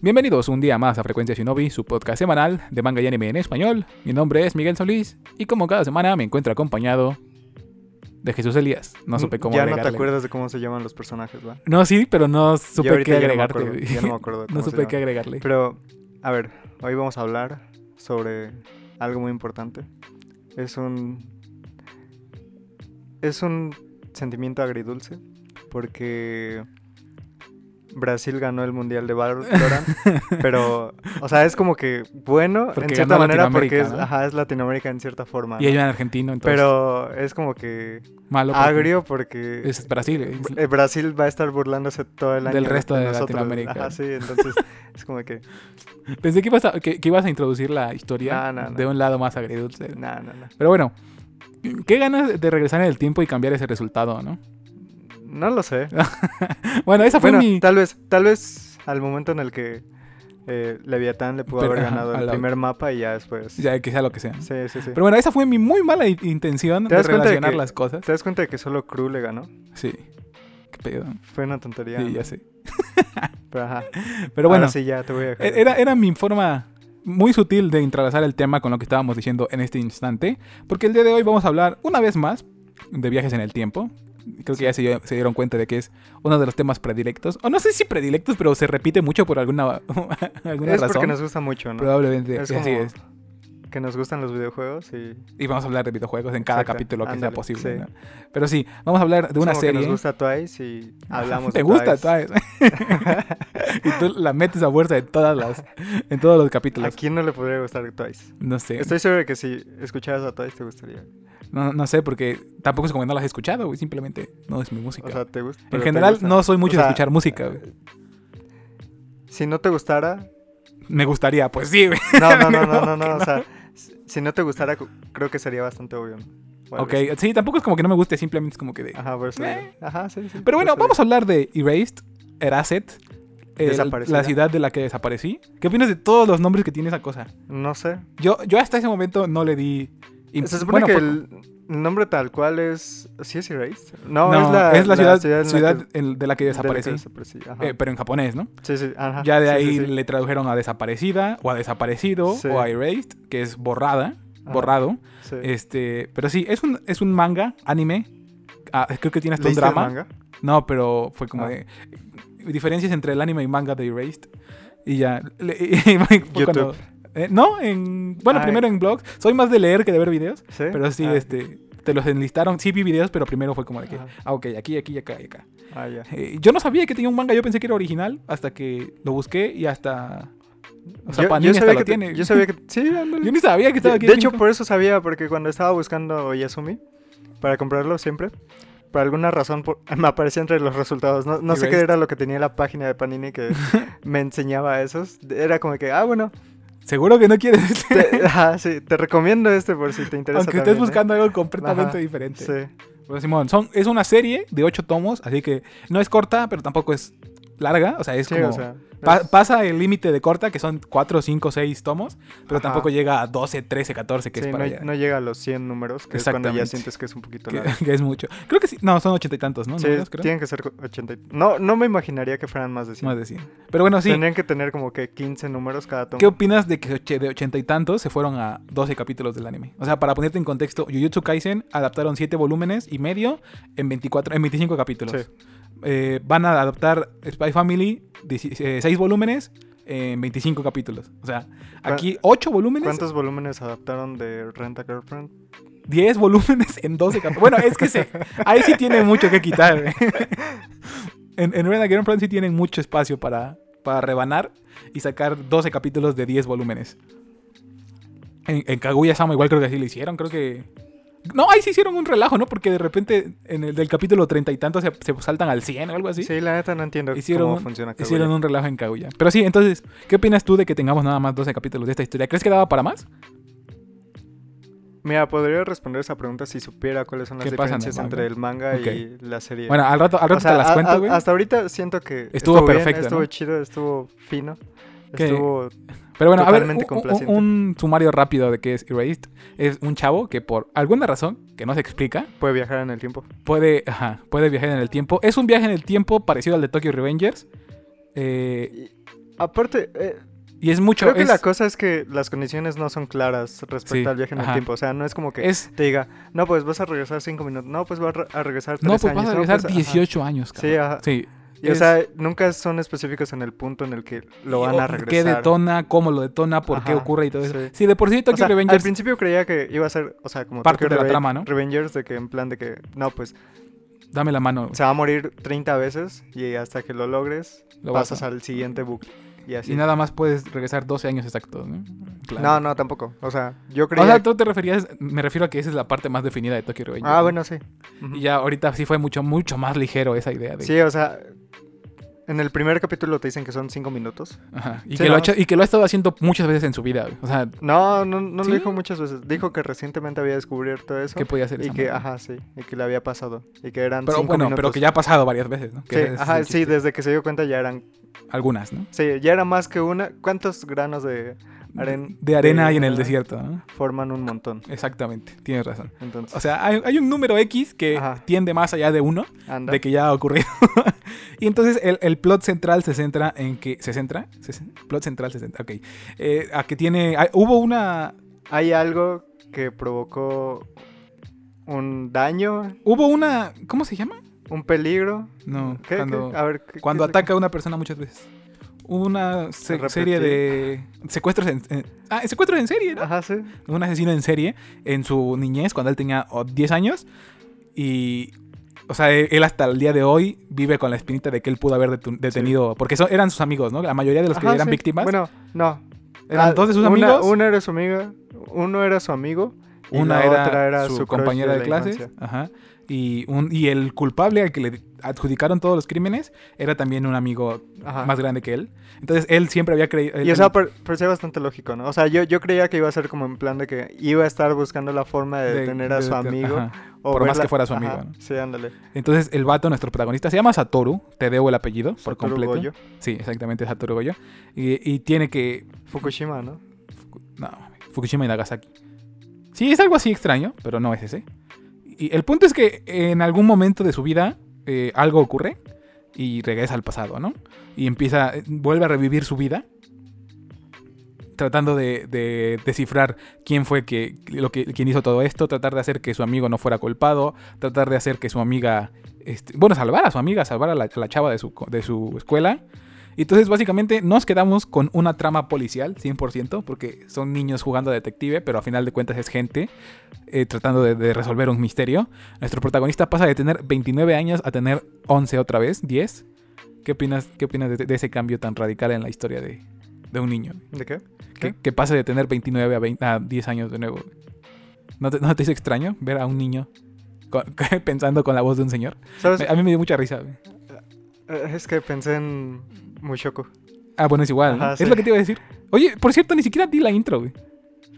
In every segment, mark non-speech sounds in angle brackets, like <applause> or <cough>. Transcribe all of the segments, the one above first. Bienvenidos un día más a Frecuencia Shinobi, su podcast semanal de manga y anime en español. Mi nombre es Miguel Solís y como cada semana me encuentro acompañado de Jesús Elías. No supe cómo Mm, Ya no agregarle. te acuerdas de cómo se llaman los personajes, ¿va? No, sí, pero no Ya supe ahorita qué ya no me agregarte. acuerdo, güey. ya no <laughs> me acuerdo No cómo se supe qué llaman. agregarle. Pero, a ver, hoy vamos a hablar sobre algo muy importante. Es un. Es un sentimiento agridulce. Porque. Brasil ganó el mundial <laughs> de Valorant. pero, o sea, es como que bueno Porque en cierta ganó manera porque es, Latinoamérica, ¿no? ajá, es Latinoamérica en cierta forma. y ¿no? hay un argentino, entonces. Pero es como que malo. porque agrio porque Es Brasil. güey. Eh, Brasil va a estar burlándose todo el año Del resto de nosotros. Latinoamérica. <laughs> Ajá, sí, entonces es como que Pensé que ibas, a, que, que ibas a introducir la historia No, no, no. de un lado más agridulce. no, no, no. Pero bueno, qué ganas de regresar en el tiempo y cambiar ese resultado, ¿no? No lo sé. Bueno, esa fue Bueno, mi... tal vez tal vez al momento en el que eh, Leviatán le pudo Pero, haber ajá, ganado a el la- primer mapa y ya después. Ya que sea lo que sea. Sí, sí, sí. Pero bueno, esa fue mi muy mala i- intención ¿Te de das cuenta de relacionar que- las cosas. ¿Te das cuenta de que solo Crew le ganó? Sí. Qué pedo. Fue una tontería. Sí, ¿no? ya sé. Pero ajá. Pero ahora bueno, sí ya te voy a dejar. e- era, era mi forma muy sutil de entrelazar el tema con lo que estábamos diciendo en este instante. Porque el día de hoy vamos a hablar una vez más de viajes en el tiempo. Creo que ya se, se dieron cuenta de que es uno de los temas predilectos. O no sé si predilectos, pero se repite mucho por alguna, <laughs> alguna es porque razón. nos gusta mucho, ¿no? Probablemente. Es y así como- es. Que nos gustan los videojuegos y Y vamos a hablar de videojuegos en cada Exacto, capítulo que sea ándale, posible. sí. ¿no? Pero sí, vamos a hablar de una como serie. que nos gusta <laughs> Twice y hablamos ¿Te de gusta Twice. Twice? <laughs> y tú la metes a fuerza en todas las en todos los ¿A capítulos. quién no le podría gustar Twice? No sé. Estoy seguro que si escucharas a Twice te gustaría. No, no sé porque tampoco es como que no las he escuchado, güey, simplemente no es mi música. O sea, te gusta. en general no soy mucho o sea, de escuchar música. güey. Si no <laughs> te gustara. Me gustaría, pues sí. güey. No, no, no, No, no, no, no. O sea, si si no te gustara, cu- creo que sería bastante obvio. ¿no? O algo Ok, así. sí, tampoco es como que no me guste, simplemente es como que de Ajá, por eso. Eh. digo. Ajá, sí, sí. Pero bueno, pues, vamos a hablar de Erased, Erased, el- Desaparecida. la ciudad de la que desaparecí. ¿Qué opinas de todos los nombres que tiene esa cosa? No sé. Yo, yo hasta ese momento no le di. im- Se supone bueno, que fue- el el nombre tal cual es. ¿Sí es Erased? No, no, es la, ciudad, en la ciudad que- en- de la que de la que desaparecí. desaparecí, ajá. eh, pero en japonés, ¿no? sí, sí, ajá. Ya de sí, ahí sí, sí. le tradujeron a desaparecida o a desaparecido Sí. Ah, o a erased, que es borrada, Ajá, borrado. sí. Este, pero sí, es un, es un manga, anime. Ah, creo que tiene hasta un ¿Leíste el drama. manga? No, pero fue como Ah. de diferencias entre el anime y manga de erased. Y ya. le- <laughs> y fue cuando- YouTube. eh, no, en bueno, Ah, primero en blogs. Soy más de leer que de ver videos, Sí. pero sí Ah, este te los enlistaron, sí vi videos, pero primero fue como de que, Ajá. ah, ok, aquí, aquí, y acá, y acá. Ah, ya. Eh, yo no sabía que tenía un manga, yo pensé que era original hasta que lo busqué y hasta. O sea, Panini hasta sabía lo que te- tiene. Yo sabía que. Sí, ándale. <laughs> Yo ni sabía que estaba aquí. <laughs> De en hecho, México. por eso sabía, porque cuando estaba buscando Yasumi para comprarlo siempre, por alguna razón por- <laughs> me aparecía entre los resultados. No, no sé qué Erased. era lo que tenía la página de <laughs> Panini que me enseñaba esos. Era como que, ah, bueno, seguro que no quieres. <laughs> <laughs> te, ajá, sí, te recomiendo este por si te interesa. Aunque estés también, ¿eh? buscando algo completamente Ajá, ¿eh? diferente. Sí, Pero Simón, son, es una serie de ocho tomos, así que no es corta, pero tampoco es larga. O sea, es sí, como. o sea. pa- es- pasa el límite de corta, que son 4, 5, 6 tomos, pero Ajá. tampoco llega a 12, 13, 14, que sí, es no, para allá, no llega a los 100 números, que es cuando ya Exactamente. sientes que es un <laughs> poquito que, largo. que es mucho. Creo que sí. No, son ochenta y tantos, ¿no? Sí, Números, creo. tienen que ser 80. y- No, no me imaginaría que fueran más de 100. Más de 100. Pero bueno, sí. Tendrían que tener como que 15 números cada tomo. ¿Qué opinas de que och- de ochenta y tantos se fueron a 12 capítulos del anime? O sea, para ponerte en contexto, Jujutsu Kaisen adaptaron 7 volúmenes y medio en, 24, en 25 capítulos. Sí. Eh, van a adaptar Spy Family 6 volúmenes en 25 capítulos. O sea, aquí 8 volúmenes, ¿Cuántos volúmenes adaptaron de Rent a Girlfriend? 10 volúmenes en 12 capítulos. Bueno, es que se- ahí sí tiene mucho que quitar. <laughs> en en Red Girlfriend sí tienen mucho espacio para, para rebanar y sacar 12 capítulos de 10 volúmenes. En, en Kaguya-sama igual creo que así lo hicieron, creo que... No, ahí sí hicieron un relajo, ¿no? Porque de repente en el del capítulo treinta y tanto se, se saltan al 100 o algo así. ¿Sí? la neta no entiendo Hicieron cómo un- funciona Kaguya. Hicieron un relajo en Kaguya. Pero sí, entonces, ¿qué opinas tú de que tengamos nada más 12 capítulos de esta historia? ¿Crees que daba para más? Mira, podría responder esa pregunta si supiera cuáles son las ¿Qué pasa en el diferencias manga? entre el manga y la serie. Bueno, al rato, al O rato sea, te las a- a- cuento, güey. Hasta ahorita siento que Estuvo bien, perfecto, estuvo ¿no? chido, estuvo fino. ¿Qué? Estuvo Pero bueno, a ver, Totalmente un- un, complaciente. un sumario rápido de qué es Erased. Es un chavo que por alguna razón que no se explica, puede viajar en el tiempo. puede, ajá, puede viajar en el tiempo. Es un viaje en el tiempo parecido al de Tokyo Revengers. Eh, Y- aparte, eh, y es mucho... creo que es- la cosa es que las condiciones no son claras respecto Sí, al viaje en ajá. el tiempo. O sea, no es como que es te diga, no, pues vas a regresar cinco minutos, no, pues vas a re- a regresar tres no, pues años. vas a regresar pues, ajá". 18 años. Sí, cabrón. ajá. sí. Y, o es- sea, nunca son específicos en el punto en el que lo van o a ¿Qué regresar. detona? ¿Cómo lo detona? ¿Por qué Ajá, ocurre? Y todo eso. sí. Sí, de por sí O Tokyo sea, al Revengers... principio creía que iba a ser, o sea, como Parte Tokyo de la Reven- trama, ¿no? Revengers, de que en plan de que, no, pues Dame la mano. se va a morir 30 veces y hasta que lo logres, Lo vas pasas a- al siguiente bucle. Y así. Y nada más puedes regresar 12 años exactos, ¿no? Claro. No, no, tampoco. O sea, yo creía. O sea, tú te referías, me refiero a que esa es la parte más definida de Tokyo Revengers. ah, ¿no? bueno, sí. Ujú. Y ya pues. ahorita sí fue mucho, mucho más ligero esa idea de. Sí, o sea, en el primer capítulo te dicen que son 5 minutos. Ajá. Y, que Sí, lo no. ha hecho- y que lo ha estado haciendo muchas veces en su vida. güey. O sea, No, no, no Sí. lo dijo muchas veces. Dijo que recientemente había descubierto eso. ¿qué podía hacer y esa que, madre? ajá, sí. Y que le había pasado. Y que eran Pero 5 bueno, minutos. pero que ya ha pasado varias veces, ¿no? Que Sí, ese es ajá, el sí, chiste. desde que se dio cuenta ya eran. Algunas, ¿no? Sí, ya era más que una. ¿Cuántos granos de arena? de arena y en el desierto, ¿no? Forman un montón. Exactamente, tienes razón. Entonces, O sea, hay, hay un número X que Ajá. tiende más allá de uno, anda. Ah, de que ya ha ocurrido. <laughs> y entonces el, el plot central se centra en que. ¿Se centra? ¿Se cen- plot central se centra, ok. Eh, a que tiene. ah, hubo una. Hay algo que provocó un daño, Hubo una. ¿Cómo se llama? un peligro. No, ¿Qué? Ah, cuando- ¿Qué? A ver, ¿qué- Cuando qué es lo que- ataca a una persona muchas veces. Hubo una se- Repetir. serie de secuestros en, en- ah, secuestros en serie, ¿no? Ajá, sí. Un asesino en serie en su niñez, cuando él tenía oh, 10 años. Y, o sea, e-, él, él hasta el día de hoy vive con la espinita de que él pudo haber detu- detenido. Porque son, eran sus amigos, ¿no? La mayoría de los que Ajá, eran sí. víctimas Bueno, no. eran Ah, dos de sus una- amigos. Una era su amiga, uno era su amigo. y Una la era, otra era su, su crush compañera de, de la clases. infancia. Ajá. Y, un, y el culpable al que le adjudicaron todos los crímenes era también un amigo Ajá. más grande que él. Entonces él siempre había creído. Ah. y o sea, par- parecía bastante lógico, ¿no? O sea, yo, yo creía que iba a ser como en plan de que iba a estar buscando la forma de, detener a su amigo. o por más verla- que fuera su amigo, Ajá, ¿no? Sí, ándale. Entonces el vato, nuestro protagonista, se llama Satoru. Te debo el apellido por Satoru completo. Gojo, Sí, exactamente, Satoru Goyo. Y, y tiene que. Fukushima, ¿no? No, Fukushima y Nagasaki. Sí, es algo así extraño, pero no es ese. Y el punto es que en algún momento de su vida eh, algo ocurre y regresa al pasado, ¿no? Y empieza, eh, vuelve a revivir su vida tratando de, de descifrar quién fue que, lo que, quien hizo todo esto, tratar de hacer que su amigo no fuera culpado, tratar de hacer que su amiga, este, bueno, salvar a su amiga, salvar a la, a la chava de su, co- de su escuela. Y Entonces, básicamente, nos quedamos con una trama policial, 100%, porque son niños jugando a detective, pero a final de cuentas es gente eh, tratando de, de resolver un misterio. Nuestro protagonista pasa de tener 29 años a tener 11 otra vez, 10. ¿Qué opinas, qué opinas de, de ese cambio tan radical en la historia de, de un niño? ¿De qué? Que, que pase de tener 29 a, 20 a 10 años de nuevo. ¿No te, no te hizo extraño ver a un niño con- <laughs> pensando con la voz de un señor? ¿Sabes? Me- A mí me dio mucha risa. güey. Eh, Es que pensé en Mushoku. Ah, bueno, es igual. ¿no? Ajá, sí. Es lo que te iba a decir. Oye, por cierto, ni siquiera di la intro, güey.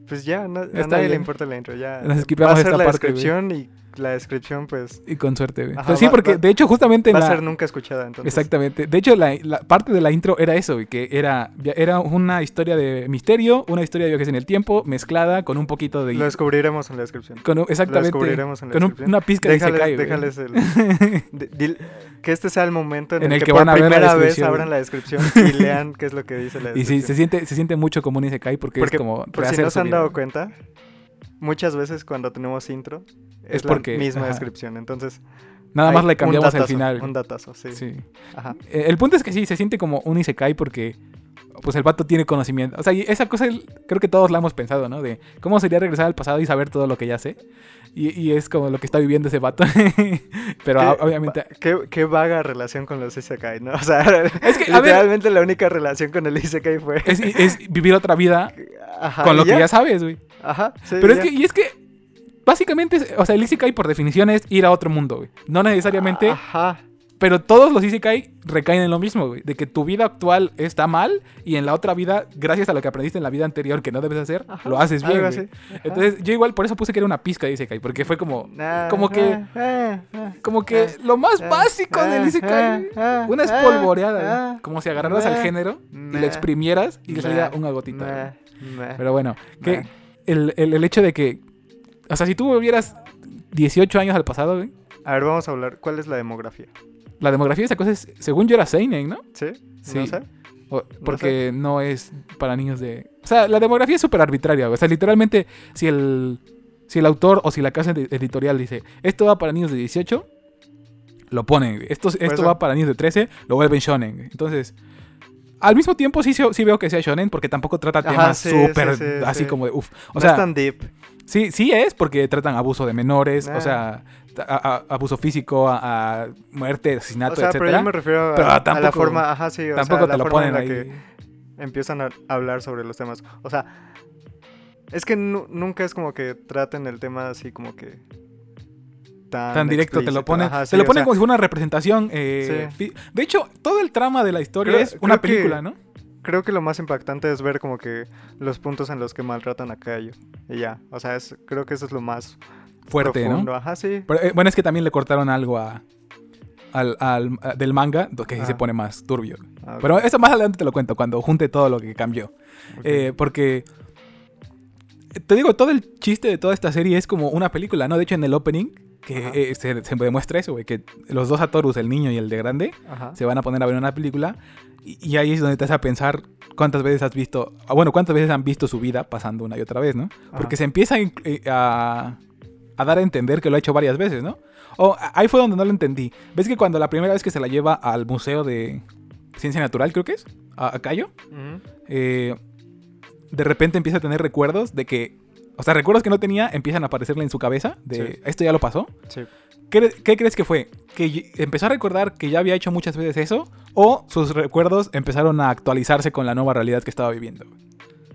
Pues ya, no- a Está nadie le bien. importa la intro, ya. Nos va esquipeamos a ser esta la parte, güey. descripción y la descripción, pues, Y con suerte, güey. Ajá, Pues sí, va- porque va- de hecho, justamente en va a la- ser pues. nunca escuchada, entonces. Exactamente. De hecho, la, la parte de la intro era eso, güey, que era, era una historia de misterio, una historia de viajes en el tiempo, mezclada con un poquito de... Lo descubriremos en la descripción. con un- Lo exactamente. descubriremos en la Con un- descripción. una pizca déjales, de Isekai, güey. déjales el- <laughs> di- dil- que este sea el momento en, En el, el que, que por van a ver la primera vez descripción, abran güey. la descripción y lean qué es lo que dice <laughs> la Y sí, descripción. se siente, se siente mucho como un Isekai porque, Porque, es como por si rehacer no su se han vida. dado cuenta, muchas veces cuando tenemos intro es, Es porque- la misma ajá. descripción. Entonces, Nada hay más le un cambiamos al datazo, final. Un datazo, sí. Sí. Ajá. Eh, El punto es que sí, se siente como un Isekai porque pues el vato tiene conocimiento. O sea, y esa cosa el- creo que todos la hemos pensado, ¿no? De cómo sería regresar al pasado y saber todo lo que ya sé. Y, y es como lo que está viviendo ese vato. <laughs> Pero Qué- ob- obviamente... Qué, qué vaga relación con los Isekai, ¿no? <laughs> O sea, Es que, a ver, literalmente la única relación con el Isekai fue. es, es vivir otra vida Ajá, con lo Ah, ¿y que ya sabes, güey. Ajá, sí, Pero es ya. que, y es que, básicamente, es- o sea, el Isekai por definición es ir a otro mundo, güey. No necesariamente Ah, Ajá. Pero todos los Isekai recaen en lo mismo, güey. De que tu vida actual está mal y en la otra vida, gracias a lo que aprendiste en la vida anterior que no debes hacer, Ajá, lo haces bien. algo güey. así. Ajá. Entonces, yo igual por eso puse que era una pizca de Isekai, porque fue como, Ah, como que, ah, ah, ah, como que ah, lo más ah, básico del ah, Isekai. güey. ah, Una ah, espolvoreada, güey. ah, como si agarraras al ah, género y nah, le exprimieras y le nah, saliera una gotita. güey. nah, nah. Pero bueno, que Nah. el, el- el hecho de que. O sea, si tú volvieras 18 años al pasado, güey, A ver, vamos a hablar. ¿Cuál es la demografía? la demografía de esa cosa es. Según yo era Seinen, ¿no? ¿Sí? Sí. No sé. O- porque no, es para niños de. O sea, la demografía es súper arbitraria, güey. O sea, literalmente, si el. Si el autor o si la casa edi- editorial dice, esto va para niños de 18, lo ponen. güey. Esto, esto eso. va para niños de 13, lo vuelven shonen. güey. Entonces, al mismo tiempo sí, se- sí veo que sea shonen porque tampoco trata Ajá, temas sí, súper sí, sí, así sí. como de uff. O no sea, es tan deep. Sí, sí es, porque tratan abuso de menores, Ah. o sea, ta- a- a- abuso físico, a, a muerte, asesinato, O sea, pero ah, yo etcétera. me refiero a, Pero a la tampoco- forma. Ajá, sí. o sea, Tampoco la te lo forma ponen en la ahí. que empiezan a hablar sobre los temas. O sea, es que nu- nunca es como que traten el tema así como que. Tan, Tan directo te lo explícito. ponen. Ajá, sí, te lo o ponen sea, como si fuera una representación. eh, Sí. fi- De hecho, todo el trama de la historia Creo- es una creo que- película, ¿no? Creo que lo más impactante es ver como que los puntos en los que maltratan a Cayo. Y ya. O sea, es, creo que eso es lo más Fuerte, profundo. ¿no? Ajá, sí. Pero, eh, bueno, es que también le cortaron algo a, al, al- a- del manga, do- que sí se Ah. pone más turbio. Ah, ok, Pero eso más adelante te lo cuento, cuando junte todo lo que cambió. ok. Eh, porque te digo, todo el chiste de toda esta serie es como una película, ¿no? De hecho, en el opening Ajá. que eh, se, se demuestra eso, güey, que los dos Atorus, el niño y el de grande, Ajá. se van a poner a ver una película y, y ahí es donde te hace a pensar cuántas veces has visto, ah, bueno, cuántas veces han visto su vida pasando una y otra vez, ¿no? Porque Ajá. se empieza a, inclu- eh, a- a dar a entender que lo ha hecho varias veces, ¿no? O a- ahí fue donde no lo entendí. ¿Ves que cuando la primera vez que se la lleva al Museo de Ciencia Natural, creo que es, a, a Cayo? Ujú. eh, de repente empieza a tener recuerdos de que, o sea, recuerdos que no tenía empiezan a aparecerle en su cabeza de Sí. esto ya lo pasó. Sí. ¿Qué, qué crees que fue? ¿Que y- empezó a recordar que ya había hecho muchas veces eso o sus recuerdos empezaron a actualizarse con la nueva realidad que estaba viviendo?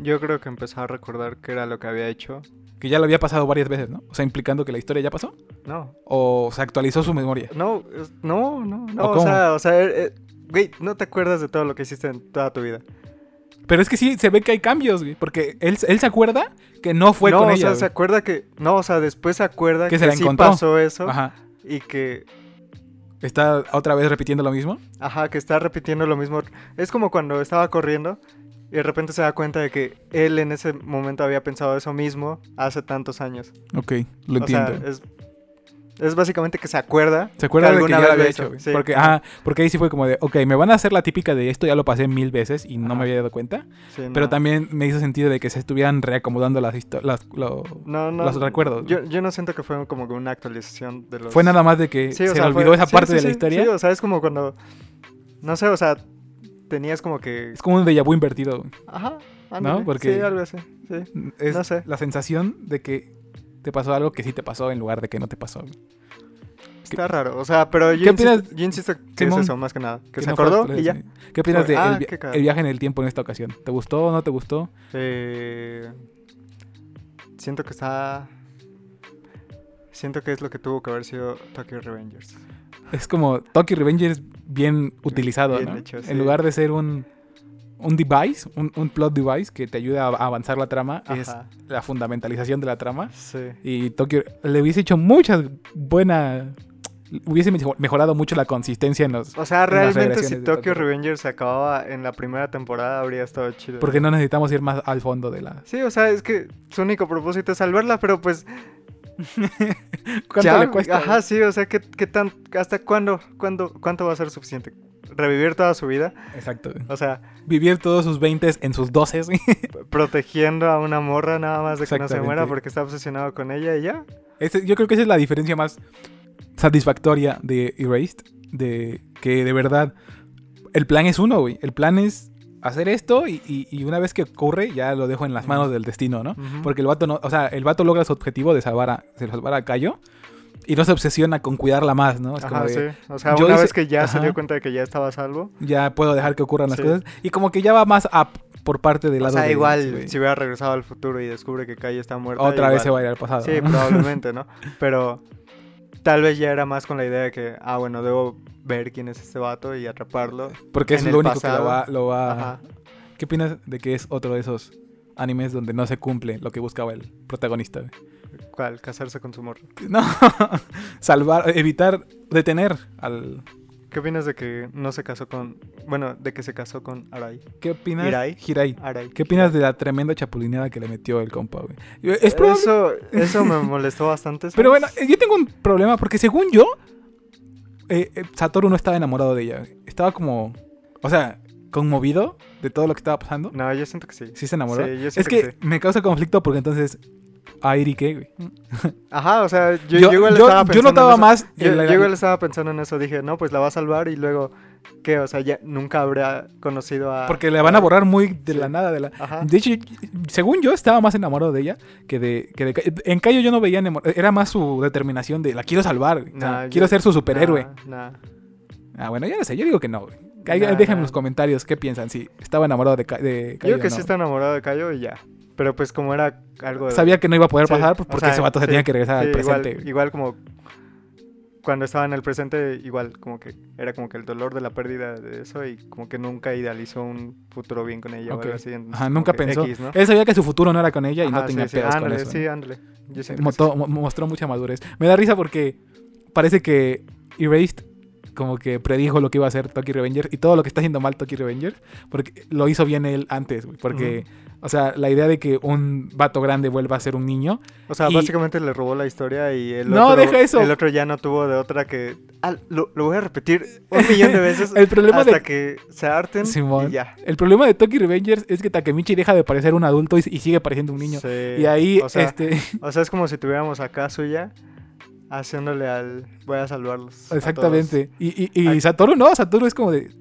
Yo creo que empezaba a recordar qué era lo que había hecho. Que ya lo había pasado varias veces, ¿no? O sea, implicando que la historia ya pasó No, o se actualizó su memoria. No, es- no, no, no. ¿O O, cómo? sea, o sea, eh, eh, güey, no te acuerdas de todo lo que hiciste en toda tu vida. Pero es que sí, se ve que hay cambios, güey, porque él, él se acuerda que no fue no, con o ella. sea, güey. se acuerda que. No, o sea, después se acuerda Que que, se la sí encontró. pasó eso Ajá. y que. Está otra vez repitiendo lo mismo. Ajá, que está repitiendo lo mismo. Es como cuando estaba corriendo y de repente se da cuenta de que él en ese momento había pensado eso mismo hace tantos años. Ok, lo o entiendo. sea, eh, es. Es básicamente que se acuerda. Se acuerda de que ya alguna vez lo había lo hecho, hizo, güey. sí. Porque, ah, porque ahí sí fue como de, ok, me van a hacer la típica de esto, ya lo pasé mil veces y no Ajá. me había dado cuenta. Sí, Pero no. también me hizo sentido de que se estuvieran reacomodando las historias. No, no. los recuerdos, Yo, yo no siento que fue como que una actualización de los. Fue nada más de que Sí, o se sea, le fue- olvidó esa sí, parte sí, de sí, la historia. Sí, o sea, es como cuando. No sé, o sea, tenías como que. Es como un déjà vu invertido. güey. Ajá, ándale, Porque- Sí, algo así. Sí. Es No sé. la sensación de que te pasó algo que sí te pasó en lugar de que no te pasó. güey. Está raro, o sea, pero yo, ¿Qué insisto, opinas, yo insisto que Simón? es eso, más que nada. Que, se no fue acordó otra y ya. vez, güey. ¿Qué opinas Fue- del ah, via- qué cagado. el viaje en el tiempo en esta ocasión? ¿Te gustó o no te gustó? Eh, siento que está. Siento que es lo que tuvo que haber sido Tokyo Revengers. Es como Tokyo Revengers bien utilizado, Bien ¿no? hecho, sí. En lugar de ser un, un device, un, un plot device que te ayuda a a avanzar la trama, es Ajá, la fundamentalización de la trama. sí. Y Tokyo le hubiese hecho muchas buenas... Hubiese mejo- mejorado mucho la consistencia en los... O sea, en las realmente si regresiones de Tokyo Tokyo Revengers se acababa en la primera temporada habría estado chido. Porque no necesitamos ir más al fondo de la... Sí, o sea, es que su único propósito es salvarla, pero pues ¿Cuánto Ya, le cuesta? eh? Ajá, sí, o sea, ¿qué, qué tan, ¿hasta cuándo, cuándo, cuánto va a ser suficiente? ¿Revivir toda su vida? Exacto. O sea, Vivir todos sus 20 en sus 12. p- protegiendo a una morra nada más de que no se muera Exactamente. porque está obsesionado con ella y ya. <laughs> Ese- yo creo que esa es la diferencia más satisfactoria de Erased. De que de verdad el plan es uno, güey. El plan es hacer esto y, y- y una vez que ocurre ya lo dejo en las manos del destino, ¿no? Ujú. Porque el vato no, o sea, el vato logra su objetivo de salvar a, de salvar a Cayo y no se obsesiona con cuidarla más, ¿no? Es como Ajá, de, sí. O sea, yo una hice- vez que ya se ajá. dio cuenta de que ya estaba a salvo. ya puedo dejar que ocurran las Sí. cosas. Y como que ya va más up por parte del O lado sea, de igual güey. si hubiera regresado al futuro y descubre que Kai está muerta. Otra vez se igual- va a ir al pasado. Sí, ¿no? probablemente, ¿no? Pero Tal vez ya era más con la idea de que, ah, bueno, debo ver quién es este vato y atraparlo. <laughs> Porque es en el lo único que pasado. lo va, lo va- Ajá. ¿Qué opinas de que es otro de esos animes donde no se cumple lo que buscaba el protagonista? güey? <laughs> ¿Cuál? Casarse con su morro. No, salvar, evitar, detener al... ¿Qué opinas de que no se casó con. Bueno, de que se casó con Arai? ¿Qué opinas? Hirai. Hirai. Arai. ¿Qué opinas de la tremenda chapulineada que le metió el compa, güey? Es probable- Eso, eso me molestó bastante. ¿sabes? Pero bueno, eh, yo tengo un problema porque según yo, eh, eh, Satoru no estaba enamorado de ella. güey. Estaba como, o sea, conmovido de todo lo que estaba pasando. No, yo siento que sí. Sí se enamoró. Mm. Sí, yo es siento que, que me causa conflicto porque entonces, Airi qué, güey. Ajá, o sea, yo, yo igual yo- estaba yo pensando. en notaba eso. más Yo, el- yo igual estaba pensando en eso. Dije, no, pues la va a salvar y luego. ¿Qué? O sea, ya nunca habrá conocido a. porque le van a borrar muy de Ah, sí. Ah. la nada de la. Ajá. De hecho, yo- según yo estaba más enamorado de ella que de que de Kai- en Cayo yo no veía enamor- era más su determinación de la quiero salvar, güey. O sea, Nah, yo- quiero ser su superhéroe. Nah, nah. Ah, bueno, ya no sé, yo digo que no. güey. Ahí- Nah, déjenme en nah. los comentarios qué piensan si estaba enamorado de, Ca- de Cayo Yo creo que o sí no. está enamorado de Cayo y ya. Pero pues como era algo. de- sabía que no iba a poder Sí, pasar pues, o porque sea, ese vato se sí, tenía que regresar sí, al igual- presente. Igual, como cuando estaba en el presente, igual como que era como que el dolor de la pérdida de eso y como que nunca idealizó un futuro bien con ella o Ok. algo así. entonces Ajá, pues, como nunca que pensó. X, ¿no? Él sabía que su futuro no era con ella y no Ajá, tenía sí, sí, pedos con ándale, eso. sí, ándale. Yo siento que Moto- mo- Mostró mucha madurez. Me da risa porque parece que Erased como que predijo lo que iba a hacer Toki Revenger y todo lo que está haciendo mal Toki Revenger porque lo hizo bien él antes, güey, porque o sea, la idea de que un vato grande vuelva a ser un niño, sí. O sea, y- básicamente le robó la historia y el No, otro, deja eso. el otro ya no tuvo de otra que... Ah, lo, lo voy a repetir un millón de veces el problema hasta de que se harten Simón. y ya. el problema de Toki Revengers es que Takemichi deja de parecer un adulto y, y sigue pareciendo un niño. Sí, Y ahí o sea, este O sea, es como si tuviéramos acá suya haciéndole al voy a salvarlos. <laughs> a Exactamente. Y, y- y Ay. Satoru no, Satoru es como de.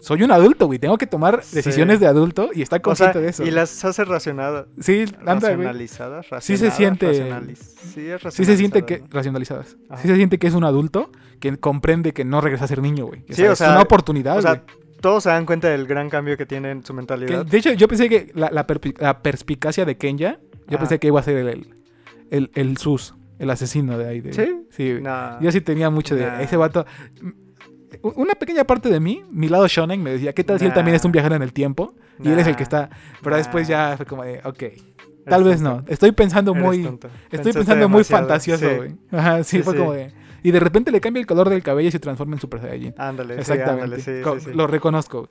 Soy un adulto, güey. Tengo que tomar Sí. decisiones de adulto y está todos". O sea, consciente de eso. y las hace racionadas. Sí, anda, güey. Racionalizadas, Sí se racionadas, siente- racionaliz- Sí, es Sí se siente que. racionalizadas, Racionalizadas. Ajá. Sí se siente que es un adulto que comprende que no regresa a ser niño, güey. Sí, o es sea, una ¿no? oportunidad, O güey. sea, todos se dan cuenta del gran cambio que tiene en su Que, mentalidad. de hecho, yo pensé que la, la perpi- la perspicacia de Kenya, yo Ajá. pensé que iba a ser el, el, el- el sus, el asesino de ahí. de- ¿Sí? güey. Nah. Yo sí tenía mucho de Nah. ese vato. Mm, U- Una pequeña parte de mí, mi lado shonen, me decía, ¿qué tal si él también Nah. es un viajero en el tiempo? Y él es el que Nah. está. Pero después Nah. ya fue como de, ok. Eres Tal vez tonto. no. Estoy pensando Eres muy. tonto. Estoy Pensaste pensando muy demasiado. fantasioso, Sí, güey. Ajá, sí, Sí, fue sí. como de. Y de repente le cambia el color del cabello y se transforma en Super Saiyajin. Ándale, Exactamente. Exactamente. Sí, ándale, Co- sí, sí, sí. Lo reconozco.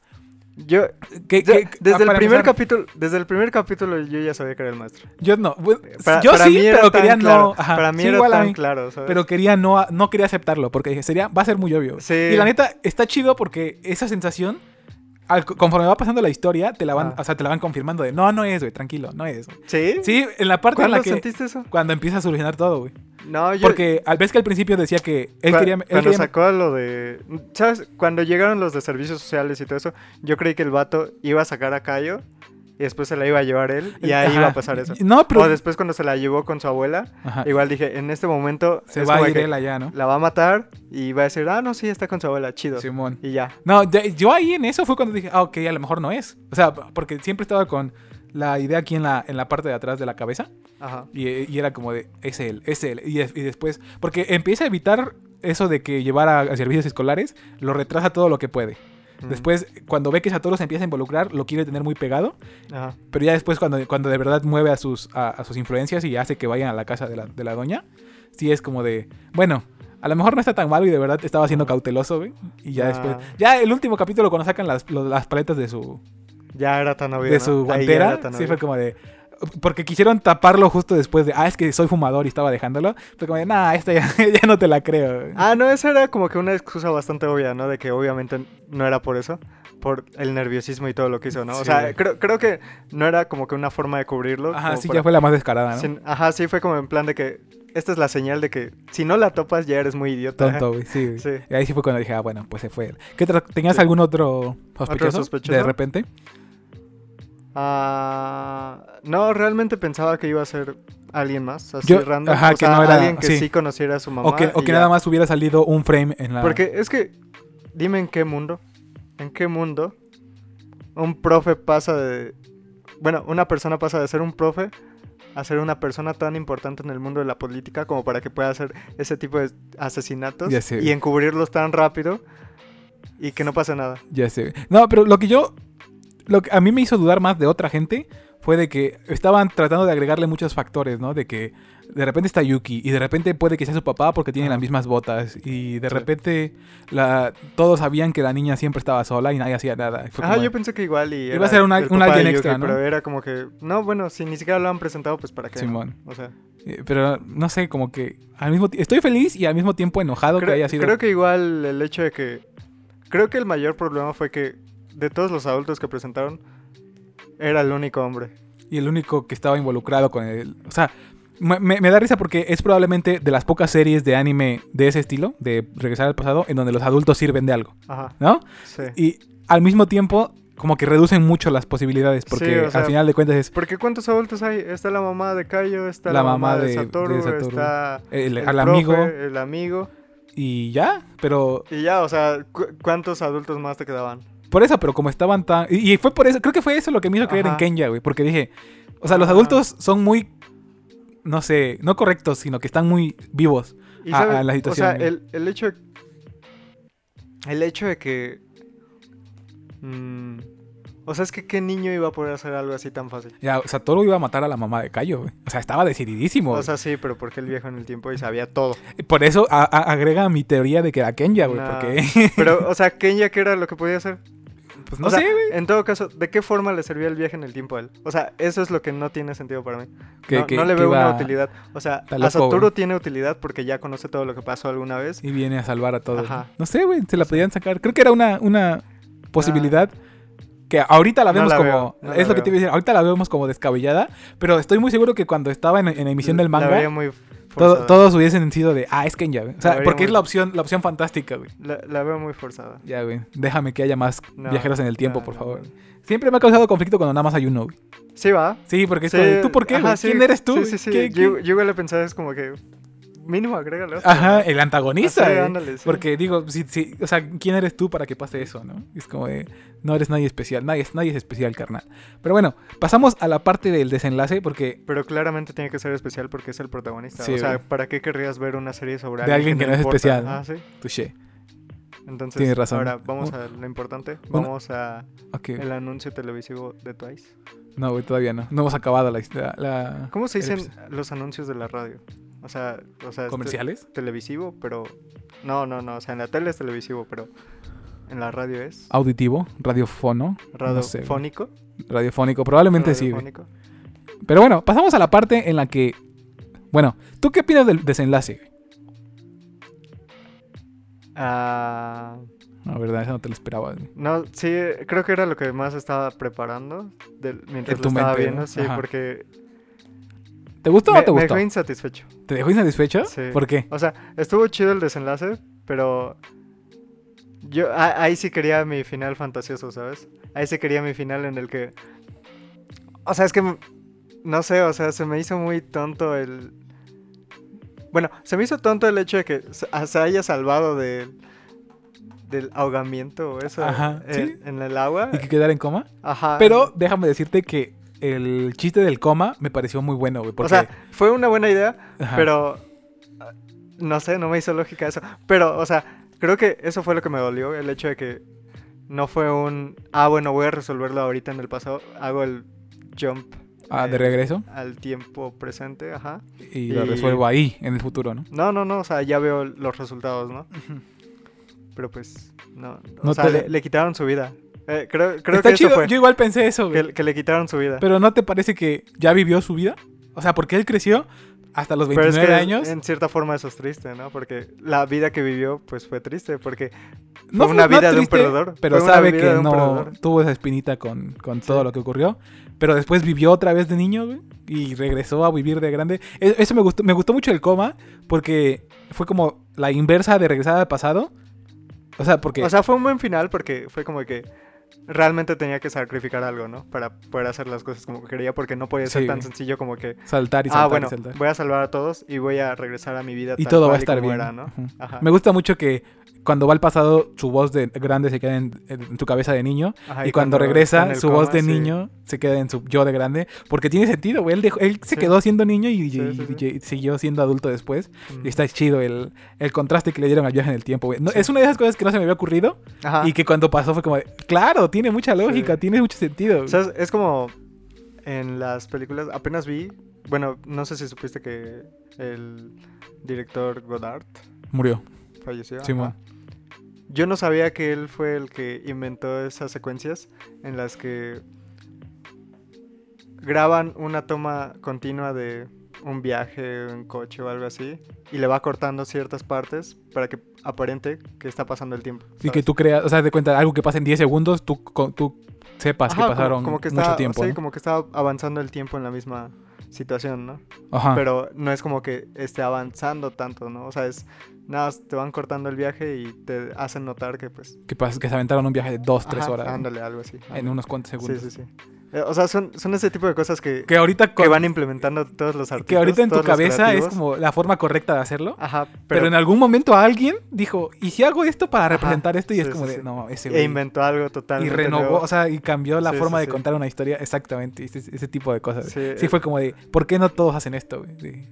Yo, Que- yo- que- desde el ah, para primer empezar, capítulo, desde el primer capítulo yo ya sabía que era el maestro. Yo no. bueno, Para- yo para sí, mí era pero tan quería claro, no. ajá, para mí sí, era igual a tan mí, claro, ¿sabes? Pero quería no, no quería aceptarlo porque dije, sería, va a ser muy obvio. Sí. Y la neta, está chido porque esa sensación, al- conforme va pasando la historia, te la van, Ah. o sea, te la van confirmando de, no, no es, güey, tranquilo, no es. güey". ¿Sí? Sí, en la parte en ¿Cuándo la que... sentiste eso? Cuando empieza a solucionar todo, güey. No, yo Porque al vez que al principio decía que él Cua- quería... él cuando quería- sacó lo de. ¿Sabes? Cuando llegaron los de servicios sociales y todo eso, yo creí que el vato iba a sacar a Cayo y después se la iba a llevar él y ahí Ajá. iba a pasar eso. No, <laughs> pero... O después cuando se la llevó con su abuela, Ajá. igual dije, en este momento Se es va como a ir que él allá, ¿no? la va a matar y va a decir, ah, no, sí, está con su abuela, chido. Simón. Y ya. No, ya- yo ahí en eso fue cuando dije, ah, ok, a lo mejor no es. O sea, porque siempre estaba con la idea aquí en la, en la parte de atrás de la cabeza. Ajá. Y, y era como de, es él, es él. Y, des- y después, porque empieza a evitar eso de que llevar a, a servicios escolares, lo retrasa todo lo que puede. Mm. Después, cuando ve que Satoru se empieza a involucrar, lo quiere tener muy pegado. Ajá. Pero ya después, cuando, cuando de verdad mueve a sus, a, a sus influencias y hace que vayan a la casa de la, de la doña, sí es como de, bueno, a lo mejor no está tan malo y de verdad estaba siendo Ah. cauteloso, güey. Y ya Ah. después, ya el último capítulo cuando sacan las, lo- las paletas de su, Ya era tan obvio. de ¿no? su Ahí ya guantera, era tan sí obvio. fue como de... Porque quisieron taparlo justo después de, ah, es que soy fumador y estaba dejándolo. Fue como de, nah, esta ya, <laughs> ya no te la creo. güey". Ah, no, esa era como que una excusa bastante obvia, ¿no? De que obviamente no era por eso, por el nerviosismo y todo lo que hizo, ¿no? Sí. O sea, creo, creo que no era como que una forma de cubrirlo. Ajá, como sí, por- ya fue la más descarada, ¿no? sin- Ajá, sí, fue como en plan de que esta es la señal de que si no la topas ya eres muy idiota. Tonto, güey, sí, güey. Sí. Y ahí sí fue cuando dije, ah, bueno, pues se fue. él. ¿Qué tra- ¿Tenías Sí. algún otro sospechoso, sospechoso? de repente? Ah, no, realmente pensaba que iba a ser alguien más, así Yo- random. ajá, o que sea, no era- alguien que sí. sí, conociera a su mamá. O que, o y que ya. nada más hubiera salido un frame en la... Porque es que, dime en qué mundo, en qué mundo un profe pasa de... Bueno, una persona pasa de ser un profe a ser una persona tan importante en el mundo de la política como para que pueda hacer ese tipo de asesinatos Ya sé. y encubrirlos tan rápido y que no pase nada. Ya sé. No, pero lo que yo. Lo que a mí me hizo dudar más de otra gente fue de que estaban tratando de agregarle muchos factores, ¿no? De que de repente está Yuki y de repente puede que sea su papá porque tiene Ajá. las mismas botas y de Sí. repente la, todos sabían que la niña siempre estaba sola y nadie hacía nada. Fue Ah, como- yo pensé que igual y Iba a ser una- el un papá de alguien extra, ¿no? Pero era como que no, bueno, si ni siquiera lo han presentado, pues para qué. no? Simón. O sea, Eh, Pero no sé, como que al mismo ti- estoy feliz y al mismo tiempo enojado creo, que haya sido. creo que igual el hecho de que creo que el mayor problema fue que de todos los adultos que presentaron era el único hombre. Y el único que estaba involucrado con él. O sea, me, me- me da risa porque es probablemente de las pocas series de anime de ese estilo, de regresar al pasado, en donde los adultos sirven de algo, Ajá. ¿no? Sí. Y al mismo tiempo, como que reducen mucho las posibilidades, porque Sí, o sea, al final de cuentas es Porque ¿cuántos adultos hay? Está la mamá de Cayo, está La la, mamá mamá, de, de- Satoru, de Satoru. está el, el al profe, amigo el amigo y ya. Pero y ya, o sea, cu- ¿cuántos adultos más te quedaban? por eso, pero como estaban tan. Y, y fue por eso, creo que fue eso lo que me hizo creer en Ajá. Kenya, güey, porque dije, o sea, los Ah. adultos son muy, no sé, no correctos, sino que están muy vivos. Y A- sabes, a Ah, la O situación. sea, el, el hecho de, el hecho de que mm, o sea, es que qué niño iba a poder hacer algo así tan fácil. Ya, Satoru iba a matar a la mamá de Cayo, güey. O sea, estaba decididísimo. O sea, sí, pero porque el viejo en el tiempo y sabía <laughs> todo. güey. Por eso a- a- agrega mi teoría de que era Kenya, güey. No. Porque, <laughs> Pero, o sea, Kenya, ¿qué era lo que podía hacer? pues no O sea, sé, güey. En todo caso, ¿de qué forma le servía el viaje en el tiempo a él? O sea, eso es lo que no tiene sentido para mí. Que, no, que- no le que veo una iba- utilidad. O sea, Está a loco, Satoru güey. tiene utilidad porque ya conoce todo lo que pasó alguna vez. Y viene a salvar a todos. Ajá. No sé, güey. Se la podían sacar. Creo que era una, una posibilidad que ahorita la No vemos la como. veo, no es la lo que te iba veo. a decir. Ahorita la vemos como descabellada. Pero estoy muy seguro que cuando estaba en, en emisión del La manga, vería muy todo- forzada. todos hubiesen sido de. Ah, es Kenya, güey. O sea, La vería porque es muy- la opción, la opción fantástica, güey. La, la veo muy forzada. Ya, güey. Déjame que haya más No, viajeros en el tiempo, no, por no, favor. no. Siempre me ha causado conflicto cuando nada más hay uno, güey. Sí, va. Sí, porque es Sí, como de, ¿tú por qué? ajá, güey? sí, ¿Quién eres tú? Sí, güey? sí, sí. ¿Qué- Yo, qué-" yo igual le pensaba, es como que mínimo agrégalo. Ajá, el antagonista. Así, güey. ándale, sí. Porque digo, sí, sí, o sea, ¿quién eres tú para que pase eso, no? Es como de, no eres nadie especial, nadie, es- nadie es especial, carnal. Pero bueno, pasamos a la parte del desenlace porque Pero claramente tiene que ser especial porque es el protagonista. Sí, o sea, güey. ¿para qué querrías ver una serie sobre De alguien que no es importa? especial, ¿no? Ah, sí. touché. Entonces, Tienes razón. ahora vamos a lo importante. Bueno. Vamos a Ok, el anuncio televisivo de Twice. no, güey, todavía no. No hemos acabado la... la- la- ¿Cómo se el dicen episodio. los anuncios de la radio? O sea, o sea, este- ¿Comerciales? televisivo, pero no, no, no, o sea, en la tele es televisivo, pero en la radio es Auditivo, radiofono, Ah, no sé, güey. radiofónico. radiofónico, probablemente sí. güey. radiofónico. Pero bueno, pasamos a la parte en la que... Bueno, ¿tú qué opinas del desenlace? güey? Ah, La verdad, eso no te lo esperaba. güey. no, sí, creo que era lo que más estaba preparando del- mientras En lo tu estaba mente, viendo, ¿no? sí, Ajá. porque ¿Te gustó o me, no te me gustó? dejó insatisfecho. ¿Te dejó insatisfecho? Sí. ¿Por qué? O sea, estuvo chido el desenlace, pero yo a- ahí sí quería mi final fantasioso, ¿sabes? Ahí sí quería mi final en el que o sea, es que m- no sé, o sea, se me hizo muy tonto el bueno, se me hizo tonto el hecho de que se ah, se haya salvado del del ahogamiento o eso Ajá, en, sí. en el agua. y que quedara en coma. Ajá. Pero déjame decirte que el chiste del coma me pareció muy bueno, güey. o Porque, sea, fue una buena idea, ajá, Pero ah, no sé, no me hizo lógica eso. Pero, o sea, creo que eso fue lo que me dolió, el hecho de que no fue un ah, bueno, voy a resolverlo ahorita en el pasado, hago el jump ah, de regreso al tiempo presente, ajá. y lo y- resuelvo ahí, en el futuro, ¿no? No, no, no, o sea, ya veo los resultados, ¿no? Pero pues, no, o No sea, te- le, le quitaron su vida. Eh, creo creo Está que chido, eso fue, yo igual pensé eso, güey. que, que le quitaron su vida. Pero ¿no te parece que ya vivió su vida? O sea, porque él creció hasta los Pero 29 es que años. en cierta forma eso es triste, ¿no? Porque la vida que vivió, pues fue triste, porque no una vida de un triste, perdedor, Pero fue una sabe vida que de un no perdedor. tuvo esa espinita con, con todo lo que ocurrió. Pero después vivió otra vez de niño, güey. Y regresó a vivir de grande. E- Eso me gustó, me gustó mucho el coma. Porque fue como la inversa de regresar al pasado. O sea, porque. O sea, fue un buen final porque fue como que realmente tenía que sacrificar algo, ¿no? Para poder hacer las cosas como que quería, porque no podía ser Sí, tan güey. sencillo como que, Saltar y saltar ah, bueno, y saltar. voy a salvar a todos y voy a regresar a mi vida Y tal todo va a cual estar como bien. era, ¿no? Ujú. Ajá. Me gusta mucho que cuando va al pasado, su voz de grande se queda en, en tu cabeza de niño. Ajá, y, cuando, está en regresa, el su coma, voz de sí. niño se queda en su yo de grande. Porque tiene sentido, güey. Él, dejó- él se Sí. quedó siendo niño y, Sí, y- sí, sí. y siguió siendo adulto después. Mm. Y está chido el, el contraste que le dieron al viaje en el tiempo, güey. No, Sí. Es una de esas cosas que no se me había ocurrido. Ajá. Y que cuando pasó fue como, de, claro, tiene mucha lógica, Sí. tiene mucho sentido. güey". O sea, es- es como en las películas, apenas vi, bueno, no sé si supiste que el director Godard Murió, falleció. ajá. Simón. Yo no sabía que él fue el que inventó esas secuencias en las que graban una toma continua de un viaje, un coche o algo así, y le va cortando ciertas partes para que aparente que está pasando el tiempo. Y que ¿sabes? tú creas, o sea, de cuenta, algo que pasa en 10 segundos, tú, co- tú sepas Ajá, que como- pasaron como que mucho está- tiempo. sí, ¿no? como que está avanzando el tiempo en la misma situación, ¿no? Ajá. pero no es como que esté avanzando tanto, ¿no? O sea, es nada, más te van cortando el viaje y te hacen notar que pues... que, pas- que se aventaron un viaje de 2, 3 ajá, horas ¿no? Ándale, algo así. en ándale. unos cuantos segundos. Sí, sí, sí. Eh, O sea, son, son ese tipo de cosas que, Que ahorita con- que van implementando todos los artistas. que ahorita en tu todos los cabeza es creativos. como la forma correcta de hacerlo. Ajá, Pero, pero... en algún momento alguien dijo, ¿y si hago esto para Ajá, representar esto? Y es sí, como sí, de, sí. no, ese e güey. inventó algo Y totalmente renovó, nuevo. o sea, y cambió la Sí, forma sí, de sí. contar una historia. Exactamente, ese, ese tipo de cosas. Sí, Sí, eh. fue como de, ¿por qué no todos hacen esto? güey? Sí,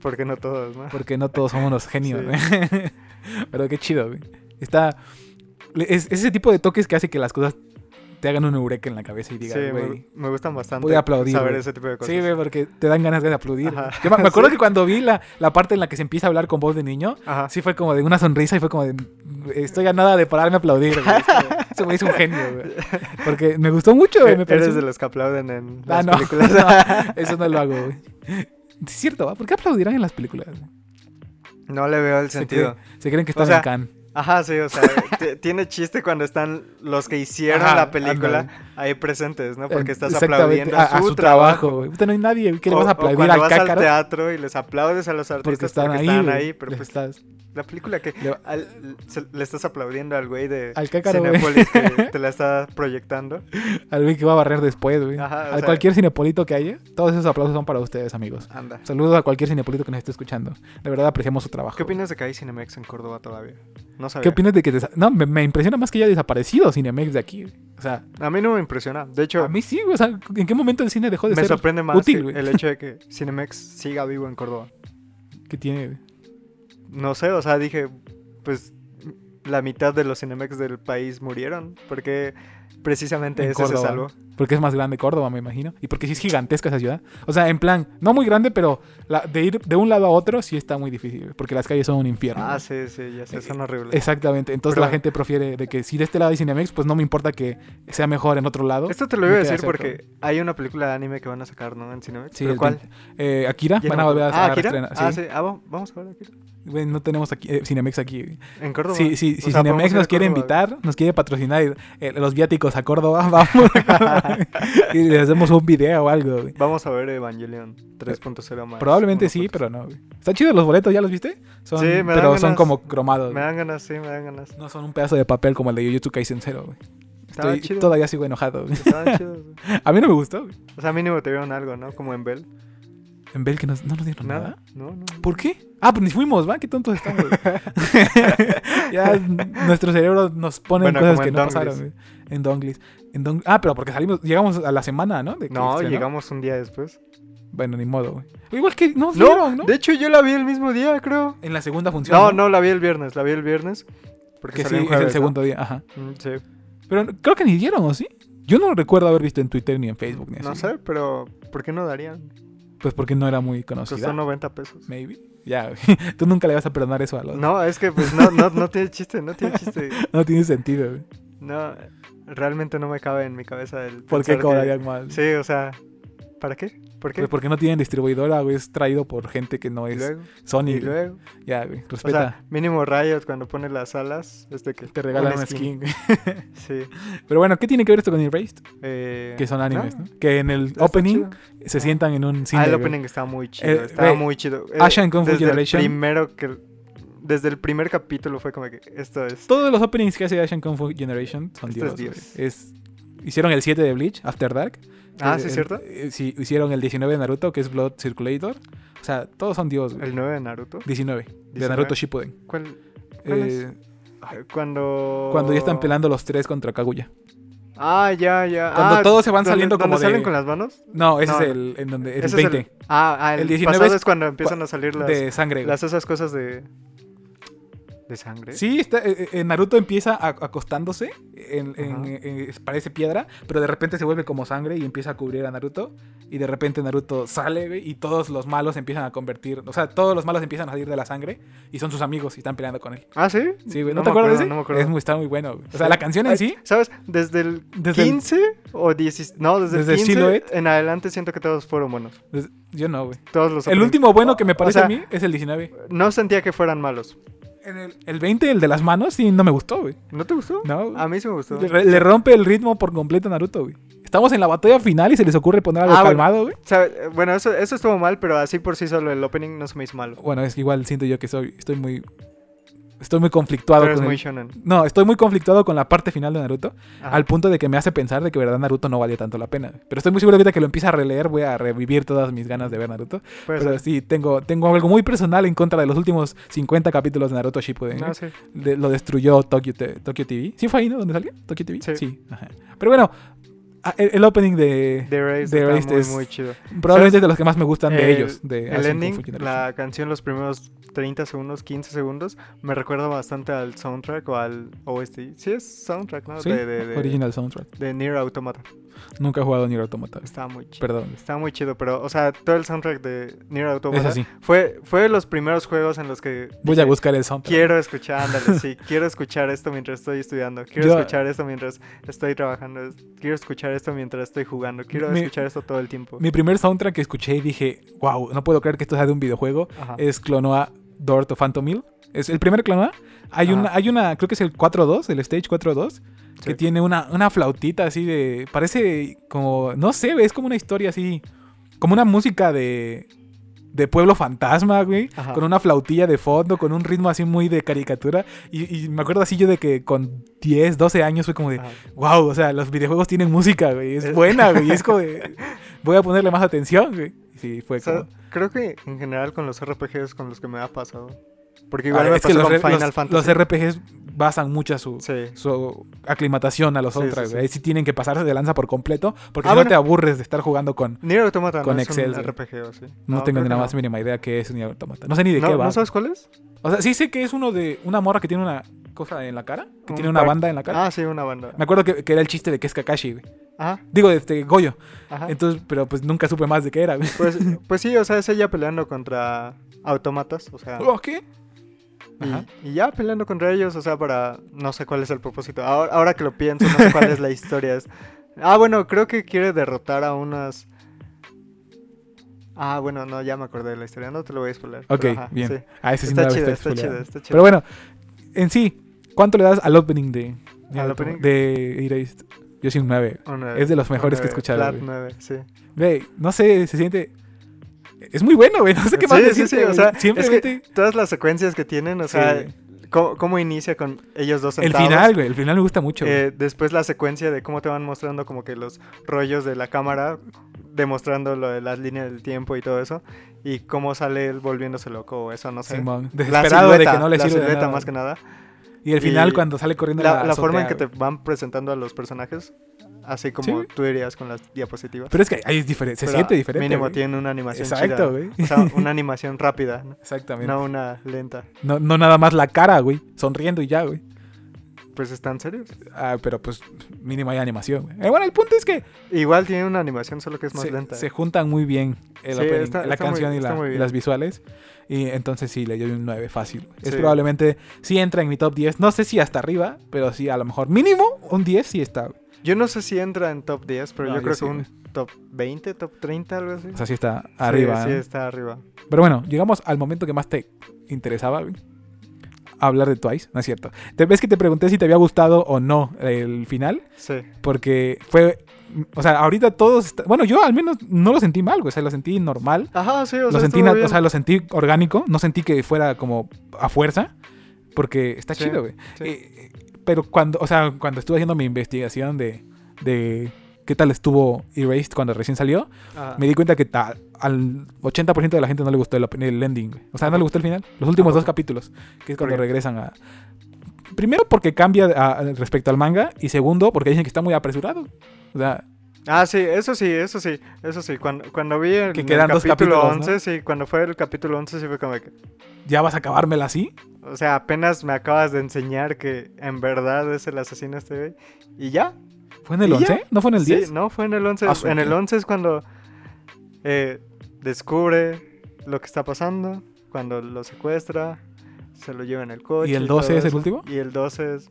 porque no todos, ¿no? porque no todos somos unos genios. Sí. güey. <laughs> Pero qué chido, güey. Está... Es, es ese tipo de toques que hace que las cosas te hagan un eureka en la cabeza y digas, sí, güey, me, me gustan bastante voy a aplaudir, saber güey. ese tipo de cosas. Sí, güey, porque te dan ganas de aplaudir. Ajá. Yo me, me acuerdo <laughs> Sí. que cuando vi la, la parte en la que se empieza a hablar con voz de niño, Ajá. sí fue como de una sonrisa y fue como de. Estoy ganada de pararme a aplaudir, güey. Es <laughs> como, Ese güey es un genio, güey. Porque me gustó mucho, güey. Me E- pareció. Eres de los que aplauden en Ah, las no. películas. <laughs> no, <laughs> Eso no lo hago, güey. Sí, Es cierto, ¿va? ¿Por qué aplaudirán en las películas? güey? no le veo el Se sentido. creen- Se creen que están sea, en Cannes. Ajá, sí, o sea, t- tiene chiste cuando están los que hicieron Ajá, la película ándale. ahí presentes, ¿no? Porque estás Exactamente, aplaudiendo a, a, a su trabajo, güey. Puta, no hay nadie güey, que le O- vas a o aplaudir cuando al vas al cácaro teatro y les aplaudes a los artistas porque están ahí. güey. pero Les pues estás- la película que le- al- se- le estás aplaudiendo al güey de Al cácaro, güey. Cinépolis <laughs> que te la está proyectando. Al güey que va a barrer después, güey. Ajá, o A sea- cualquier cinepolito que haya, todos esos aplausos son para ustedes, amigos. Anda. Saludos a cualquier cinepolito que nos esté escuchando. De verdad apreciamos su trabajo. ¿Qué güey. opinas de que hay Cinemex en Córdoba todavía? No sabía. ¿Qué opinas de que desa- No, me, me impresiona más que haya desaparecido Cinemex de aquí. güey. O sea, A mí no me impresiona. De hecho, a mí sí, güey. O sea, ¿en qué momento el cine dejó de me ser sorprende más útil, que- güey? el hecho de que Cinemex siga vivo en Córdoba. que tiene? güey? no sé, o sea, dije, pues la mitad de los Cinemex del país murieron, porque precisamente En ese Córdoba. se salvó. Porque es más grande Córdoba, me imagino. Y porque sí es gigantesca esa ciudad. O sea, en plan, no muy grande, pero la- de ir de un lado a otro sí está muy difícil. güey, Porque las calles son un infierno. Ah, güey. sí, sí, ya sé, Eh, son horribles. Exactamente. Entonces Pero- la gente prefiere de que si de este lado hay Cinemex, pues no me importa que sea mejor en otro lado. Esto te lo iba a me queda decir cerca, porque hay una película de anime que van a sacar, ¿no? En Cinemex. Sí, ¿Pero el cuál? veinte- Eh, Akira, Ya van no a me volver a acuerdo. ah, sacar Akira? estrenar- Ah, sí. sí. Ah, va- vamos a ver Akira. Güey, no tenemos aquí, eh, Cinemex aquí. güey. En Córdoba. Sí, sí, O si sea, podemos Cinemex ir a nos quiere Córdoba, güey. invitar, nos quiere patrocinar eh, los viáticos a Córdoba, <laughs> vamos. y le hacemos un video o algo. güey. <laughs> Vamos a ver Evangelion 3.0 más. Probablemente sí, 1.0. pero no. güey. Están chidos los boletos, ¿ya los viste? Son, Sí, me dan pero son ganas. como cromados. Me güey. dan ganas, sí, me dan ganas. No son un pedazo de papel como el de Jujutsu Kaisen 0. güey. Estaban Estoy- chidos. todavía sigo enojado. güey. <laughs> Estaban chidos. güey. A mí no me gustó. güey. O sea, mínimo te vieron algo, ¿no? Como en Bell. En Bel que nos- no nos dieron nada. Nada. No, no. ¿Por qué? Ah, pues ni fuimos, ¿va? Qué tontos estamos. <laughs> ya n- nuestro cerebro nos pone en Bueno, cosas como que en no Donglis. pasaron. güey. En Donglis. En Dong- Ah, pero porque salimos, llegamos a la semana, ¿no? De que No, estrenó. llegamos un día después. Bueno, ni modo, güey. Igual que nos No, dieron, ¿no? de hecho yo la vi el mismo día, creo. En la segunda función. No, no, la vi el viernes, la vi el viernes. Porque Porque sí, salió en es jueves, el ¿no? segundo día, ajá. Mm, sí. Pero creo que ni dieron, ¿o sí? Yo no recuerdo haber visto en Twitter ni en Facebook ni No así. sé, pero ¿por qué no darían? Pues porque no era muy Costó conocida. 90 pesos. Maybe. Ya, güey. <laughs> Tú nunca le vas a perdonar eso a los. No, es que pues no, no, no tiene chiste, no tiene chiste. <laughs> No tiene sentido, güey. No, realmente no me cabe en mi cabeza el... ¿Por qué pensar que- cobrarían más? güey? Sí, o sea, ¿para qué? ¿Por qué? Pues porque no tienen distribuidora, güey. Es traído por gente que no y es luego, Sony. y güey. luego. Ya, güey. O Respeta. sea, mínimo Riot cuando pone las alas, este que... te regalan una skin. skin. güey. Sí. Pero bueno, ¿qué tiene que ver esto con Erased? eh, Que son no, animes, ¿no? Que en el está opening chido. se sientan en un cine. ah, el güey. opening está muy chido. Eh, estaba güey, muy chido. Eh, Ash and Kung Fu desde el Generation. primero que. desde el primer capítulo fue como que esto es. Todos los openings que hace Asian Kung Fu Generation son Esto es Dios. Dios. güey. Es- hicieron el 7 de Bleach, After Dark. Ah, Eh, sí, el- ¿cierto? eh, sí, hicieron el 19 de Naruto, que es Blood Circulator. O sea, todos son Dios. güey. El 9 de Naruto. 19, de 19. Naruto Shippuden. ¿Cuál? ¿Cuál es? Oh. Eh, Eh, Cuando. Cuando ya están pelando los tres contra Kaguya. Ah, ya, ya. Cuando Ah, todos se van ¿dónde- saliendo dónde como de- salen con las manos? No, ese No, es el, en donde, el Ese es 20 Ah, ah, el, El 19 pasado es es cuando empiezan a salir las, de sangre. güey. las esas cosas de. de sangre. Sí, está, eh, eh, Naruto empieza a- acostándose, en, en- Ajá. en- es- parece piedra, pero de repente se vuelve como sangre y empieza a cubrir a Naruto. Y de repente Naruto sale, güey, y todos los malos empiezan a convertir, o sea, todos los malos empiezan a salir de la sangre y son sus amigos y están peleando con él. Ah, sí. Sí, güey, ¿no, No te me acuerdas de acuerdo, ese? no me acuerdo. Es muy- está muy bueno. güey. O sea, la canción en Ay, sí, ¿Sabes? Desde el Desde el- 15 o 10. No, desde, Desde el 15 Silhouette. en adelante siento que todos fueron buenos. pues, yo no, güey. Todos los El openings. último bueno que me O parece sea, a mí es el 19. No sentía que fueran malos. el, 20, el de las manos, sí, no me gustó, güey. Ah, ¿No te gustó? No. A mí sí me gustó. Le, le rompe el ritmo por completo a Naruto, güey. Estamos en la batalla final y se les ocurre poner algo Ah, bueno. calmado, güey. O sea, eh, bueno, eso, eso estuvo mal, pero así por sí solo el opening no se me hizo malo. Bueno, es que igual siento yo que soy, estoy muy, estoy muy conflictuado Pero es con muy el- shonen. No, estoy muy conflictuado con la parte final de Naruto, Ajá. al punto de que me hace pensar de que verdad Naruto no valía tanto la pena. Pero estoy muy seguro que ahorita que lo empiece a releer voy a revivir todas mis ganas de ver Naruto. Puede Pero ser. sí, tengo, tengo algo muy personal en contra de los últimos 50 capítulos de Naruto Shippuden. No ¿eh? sé. De- lo destruyó Tokyo, Te- Tokyo TV. ¿Sí fue ahí, no? ¿Dónde salió? ¿Tokyo TV? Sí. ajá. Pero bueno, a- el, el opening de... The Race The está Erased muy, es- muy chido. probablemente es de los que más me gustan de El- ellos. De El Asian Kung Fu ending, Generation. la canción, los primeros 30 segundos, 15 segundos, me recuerda bastante al soundtrack o al OST. Sí, es soundtrack, ¿no? Sí, De, de, de- original soundtrack. de Nier Automata. Nunca he jugado Nier Automata. Está muy chido. Perdón. Está muy chido, pero, o sea, todo el soundtrack de Nier Es Automata así. fue, fue de los primeros juegos en los que Voy a buscar el soundtrack. Quiero escuchar, <laughs> ándale, sí. Quiero escuchar esto mientras estoy estudiando. Quiero Yo- escuchar esto mientras estoy trabajando. es- Quiero escuchar esto mientras estoy jugando. Quiero Mi- escuchar esto todo el tiempo. Mi primer soundtrack que escuché y dije, wow, no puedo creer que esto sea de un videojuego, Ajá. es Clonoa Door to Phantom Hill. Es el primer Clonoa. Hay Ajá. una, hay una, creo que es el 4-2, el Stage 4-2, que Sí. tiene una, una flautita así de. Parece como. No sé, es como una historia así. Como una música de. De pueblo fantasma, güey. Ajá. Con una flautilla de fondo, con un ritmo así muy de caricatura. Y, y me acuerdo así yo de que con 10, 12 años fue como de. Ajá. Wow, o sea, los videojuegos tienen música, güey. Es Es- buena, güey. Es como <laughs> de, Voy a ponerle más atención, güey. Sí, fue O sea, como. creo que en general con los RPGs con los que me ha pasado. Porque Ah, igual me es que pasó los, con re- Final los- los Fantasy. RPGs basan mucha su, Sí. su aclimatación a los Sí, soundtracks. sí, sí. güey. Ahí sí tienen que pasarse de lanza por completo, porque Ah, si no bueno. te aburres de estar jugando con. Nier Automata Con no Excel, es güey. un RPG, ¿o sí? No, tengo creo ni que la Ah, no. más mínima idea que es un automata. No sé ni de ¿No, qué ¿no va. sabes cuál es? O sea, sí sé que es uno de una morra que tiene una cosa en la cara, que Un tiene una par- banda en la cara. Ah, sí, una banda. Me acuerdo que, que era el chiste de que es Kakashi, güey. Ajá, Digo, este, Goyo. <laughs> ajá. Entonces, pero pues nunca supe más de qué era, güey. Pues, pues sí, o sea, es ella peleando contra automatas, <laughs> o sea... ¿O qué? Y- Ajá. Y, ya peleando contra ellos, o sea, para... No sé cuál es el propósito. Ahora, ahora que lo pienso, no sé cuál es la historia. Es- Ah, bueno, creo que quiere derrotar a unas... Ah, bueno, no, ya me acordé de la historia. No te lo voy a spoiler. Ok, pero ajá, bien. sí. Ah, ese sí Está no lo chido, había está spoileado. chido, está chido. Pero bueno, en sí, ¿cuánto le das al opening de, de, ¿Al opening? de Erased? Yo soy un 9. Un nueve, Es de los un mejores que he nueve, escuchado, flat güey. nueve, sí. Güey, no sé, se siente... Es muy bueno, güey. No sé qué más Sí, sí, decirte, sí, o güey. sea, es que Simplemente... Todas las secuencias que tienen, o Sí, sea, güey. cómo, cómo inicia con ellos dos el sentados. final, güey. El final me gusta mucho, güey. Eh, después la secuencia de cómo te van mostrando como que los rollos de la cámara, demostrando lo de las líneas del tiempo y todo eso, y cómo sale él volviéndose loco, o eso no sé. Simón. La Desesperado de que silueta, no le la sirve de silueta nada. más que nada. Y el final y cuando sale corriendo La, la, la forma en que azotea, te güey. van presentando a los personajes, así como Sí. tú dirías con las diapositivas. Pero es que ahí es diferente. Se Pero siente diferente, Mínimo güey. tiene una animación Exacto, chida, güey. O sea, <laughs> una animación rápida, ¿no? Exactamente. no una lenta. No, no nada más la cara, güey. Sonriendo y ya, güey. Pues están serios. Ah, pero pues mínimo hay animación, güey. Eh, bueno, el punto es que Igual tiene una animación, solo que es más se, lenta. eh. se juntan muy bien el Sí, opening, está- la está muy- canción y, está la- muy y bien. las visuales. Y entonces sí, le doy un 9 fácil. Es Sí. probablemente, sí entra en mi top 10. No sé si hasta arriba, pero sí, a lo mejor mínimo un 10 sí está. Yo no sé si entra en top 10, pero No, yo yo creo sí, que un top 20, top 30, algo así. O sea, sí está Sí, arriba. ¿eh? Sí, ¿no? está arriba. Pero bueno, llegamos al momento que más te interesaba. güey. Hablar de Twice, no es cierto. Te ves que te pregunté si te había gustado o no el final, Sí. porque fue O sea, ahorita todos. est- Bueno, yo al menos no lo sentí mal, güey. O sea, lo sentí normal. Ajá, sí, o Lo sea, sentí, estuvo na- bien. o sea, lo sentí orgánico. No sentí que fuera como a fuerza. Porque está Sí, chido, güey. sí. Eh, pero cuando, o sea, cuando estuve haciendo mi investigación de, de qué tal estuvo Erased cuando recién salió, Ajá. me di cuenta que ta- al 80% de la gente no le gustó el, op- el ending. güey. O sea, no le gustó el final. Ah, Los últimos dos capítulos, que es cuando ¿Por qué? regresan a... Primero porque cambia a- a- respecto al manga y segundo porque dicen que está muy apresurado. O sea, Ah, sí, eso sí, eso sí, eso sí. Cuando, cuando vi el, Que el quedan dos capítulo capítulos, ¿no? 11, sí, cuando fue el capítulo 11, sí fue como que. ya vas a acabármela así. O sea, apenas me acabas de enseñar que en verdad es el asesino este güey. ¿Y ya? ¿Fue en el ¿Y ya? 11? ¿No fue en el Sí, 10? no, fue en el 11. Ah, su en el madre. 11 es cuando eh, descubre lo que está pasando, cuando lo secuestra, se lo lleva en el coche. ¿Y el todo 12 es el eso. último? Y el 12 es...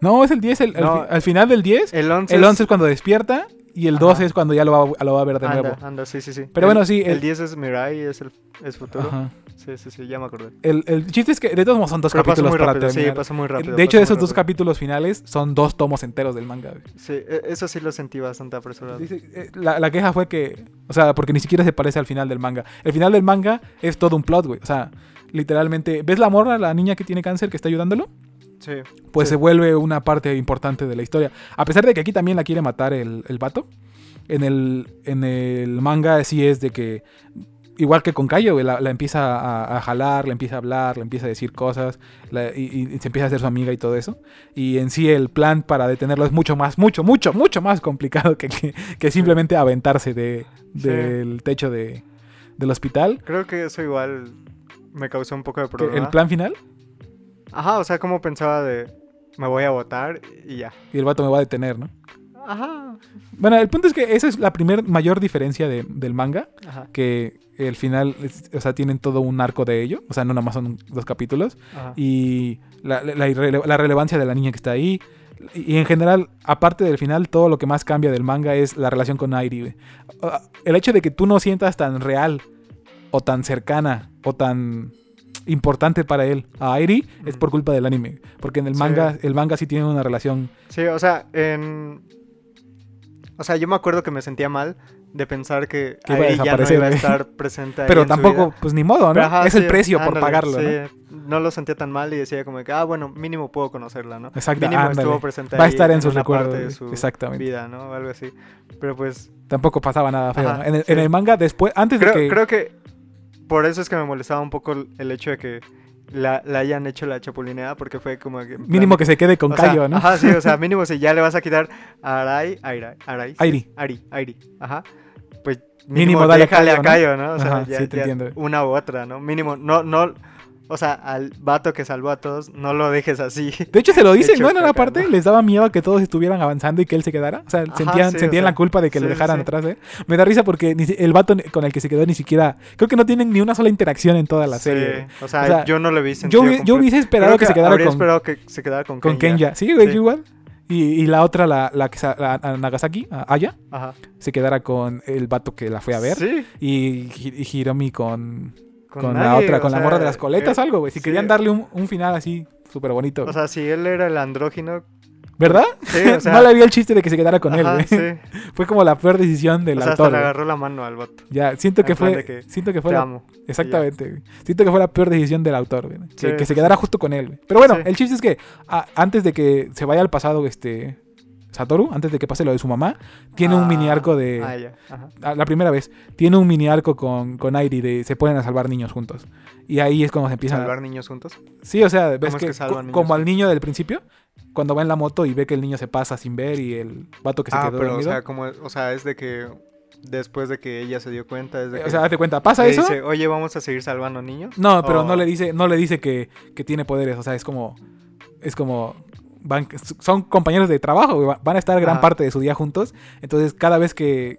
No, es el 10. el- al No. fi- al final del 10 El 11 El 11 es cuando despierta y el Ajá. 12 es cuando ya lo va, lo va a ver de anda, nuevo. Anda, sí, sí, sí. Pero El- bueno, sí, El, el- 10 es Mirai, es el es futuro. Ajá. Sí, sí, sí, ya me acordé. El, el chiste es que de todos modos son dos Pero pasa capítulos muy para rápido, sí, terminar. pasa muy rápido. de hecho, pasa muy esos dos rápido. capítulos finales son dos tomos enteros del manga. güey. Sí, e- eso sí lo sentí bastante apresurado. Dice, eh, La, la queja fue que, o sea, porque ni siquiera se parece al final del manga. El final del manga es todo un plot, güey. O sea, literalmente, ¿ves la morra, la niña que tiene cáncer que está ayudándolo? Sí. Pues Sí. se vuelve una parte importante de la historia. A pesar de que aquí también la quiere matar el, el vato. En el, en el manga sí es de que, igual que con Cayo, güey, la, la empieza a, a jalar, le empieza a hablar, le empieza a decir cosas, la- y, y- y se empieza a hacer su amiga y todo eso. Y en sí el plan para detenerlo es mucho más, mucho, mucho, mucho más complicado que, que, que simplemente aventarse de, Sí. del techo de, del hospital. Creo que eso igual me causó un poco de Que problema. el plan final, Ajá, o sea, como pensaba de... Me voy a votar y ya. y el vato me va a detener, ¿no? Ajá. Bueno, el punto es que esa es la primer mayor diferencia de- del manga. Ajá. que el final, es- o sea, tienen todo un arco de ello, o sea, no nada más son dos capítulos, Ajá. y la, la- la irrele- la relevancia de la niña que está ahí, y, y en general, aparte del final, todo lo que más cambia del manga es la relación con Airi. güey. Ah, El hecho de que tú no sientas tan real, o tan cercana, o tan importante para él a Airi, es Mm. por culpa del anime, porque en el Sí. manga, el manga sí tiene una relación... Sí, o sea, en... O sea, yo me acuerdo que me sentía mal de pensar que, Que iba a Ari ya no desaparecer, iba a güey. <laughs> estar presente ahí Pero en su tampoco, vida. pues ni modo, ¿no? Pero ajá, es sí, el precio por ándale, pagarlo, ¿no? sí. ¿no? lo sentía tan mal y decía como que, ah, bueno, mínimo puedo conocerla, ¿no? Exacto, mínimo ándale. estuvo presente Va a ahí estar en sus una parte recuerdos. de güey. su Exactamente. vida, ¿no? O algo así. Pero pues, tampoco pasaba nada feo. Ajá, ¿no? en, el, sí. en el manga, después, antes creo, de que. creo que por eso es que me molestaba un poco el hecho de que la, la hayan hecho la chapulineada porque fue como que... en plan mínimo que se quede con O sea, Cayo, ¿no? Ajá, sí, o <laughs> sea, mínimo si ya le vas a quitar a Arai, Aira- Arai, sí, Airi. Ari, Airi, ajá. Pues mínimo, Mínimo dale a déjale a Cayo, Cayo, ¿no? O sea, Ajá, ya, sí, te ya entiendo. una u otra, ¿no? Mínimo, no, no, o sea, al vato que salvó a todos, no lo dejes así. De hecho, se lo dicen, hecho, ¿no? En una caca, parte ¿no? les daba miedo que todos estuvieran avanzando y que él se quedara. O sea, Ajá, sentían, sí, o sentían sea, la culpa de que sí, lo sí, dejaran sí. atrás, ¿eh? Me da risa porque ni si- el vato con el que se quedó ni siquiera. Creo que no tienen ni una sola interacción en toda la Sí, serie. ¿eh? O sea, O sea, yo no lo vi Yo, hubi- yo hubiese esperado que, se quedara habría con, esperado que se quedara con, con Kenya. Sí, güey, Sí. yo igual. Y, y la otra, la, la que sa- la- a Nagasaki, a Aya, Ajá. se quedara con el vato que la fue a ver. Sí, Y, Hi- y Hiromi con, con, la otra, con la morra de las coletas, algo, güey. Si querían darle darle un, un final así, súper bonito. eh, O sea, si él era el andrógino, ¿Verdad? <laughs> sí, o sea... no le había el chiste de que se quedara con él, ajá, güey. sí. <laughs> Fue como la peor decisión del O sea, hasta autor. le güey. agarró la mano al vato. Ya, siento que en plan fue. de que siento que fue Te la- amo. Exactamente, güey. Siento que fue la peor decisión del autor, güey. Que, Sí, que sí, se quedara justo con él, güey. Pero bueno, Sí. el chiste es que a- antes de que se vaya al pasado, este. Satoru, antes de que pase lo de su mamá, tiene un mini Ah, arco de. Ah, ya. Ajá. a- la primera vez, tiene un mini arco con, con Airi de se ponen a salvar niños juntos. Y ahí es cuando se empiezan a, Salvar niños juntos. Sí, o sea, ves es que, que salvan co- niños? como al niño del principio, cuando va en la moto y ve que el niño se pasa sin ver y el vato que se ah, quedó pero o dormido. sea, como, o sea, es de que después de que ella se dio cuenta, es de Eh, que o sea, date cuenta, ¿pasa le eso? dice, "Oh". oye, vamos a seguir salvando niños. no, pero O- no le dice, no le dice que, que tiene poderes, o sea, es como es como van son compañeros de trabajo, güey, van a estar gran Ajá. parte de su día juntos, entonces cada vez que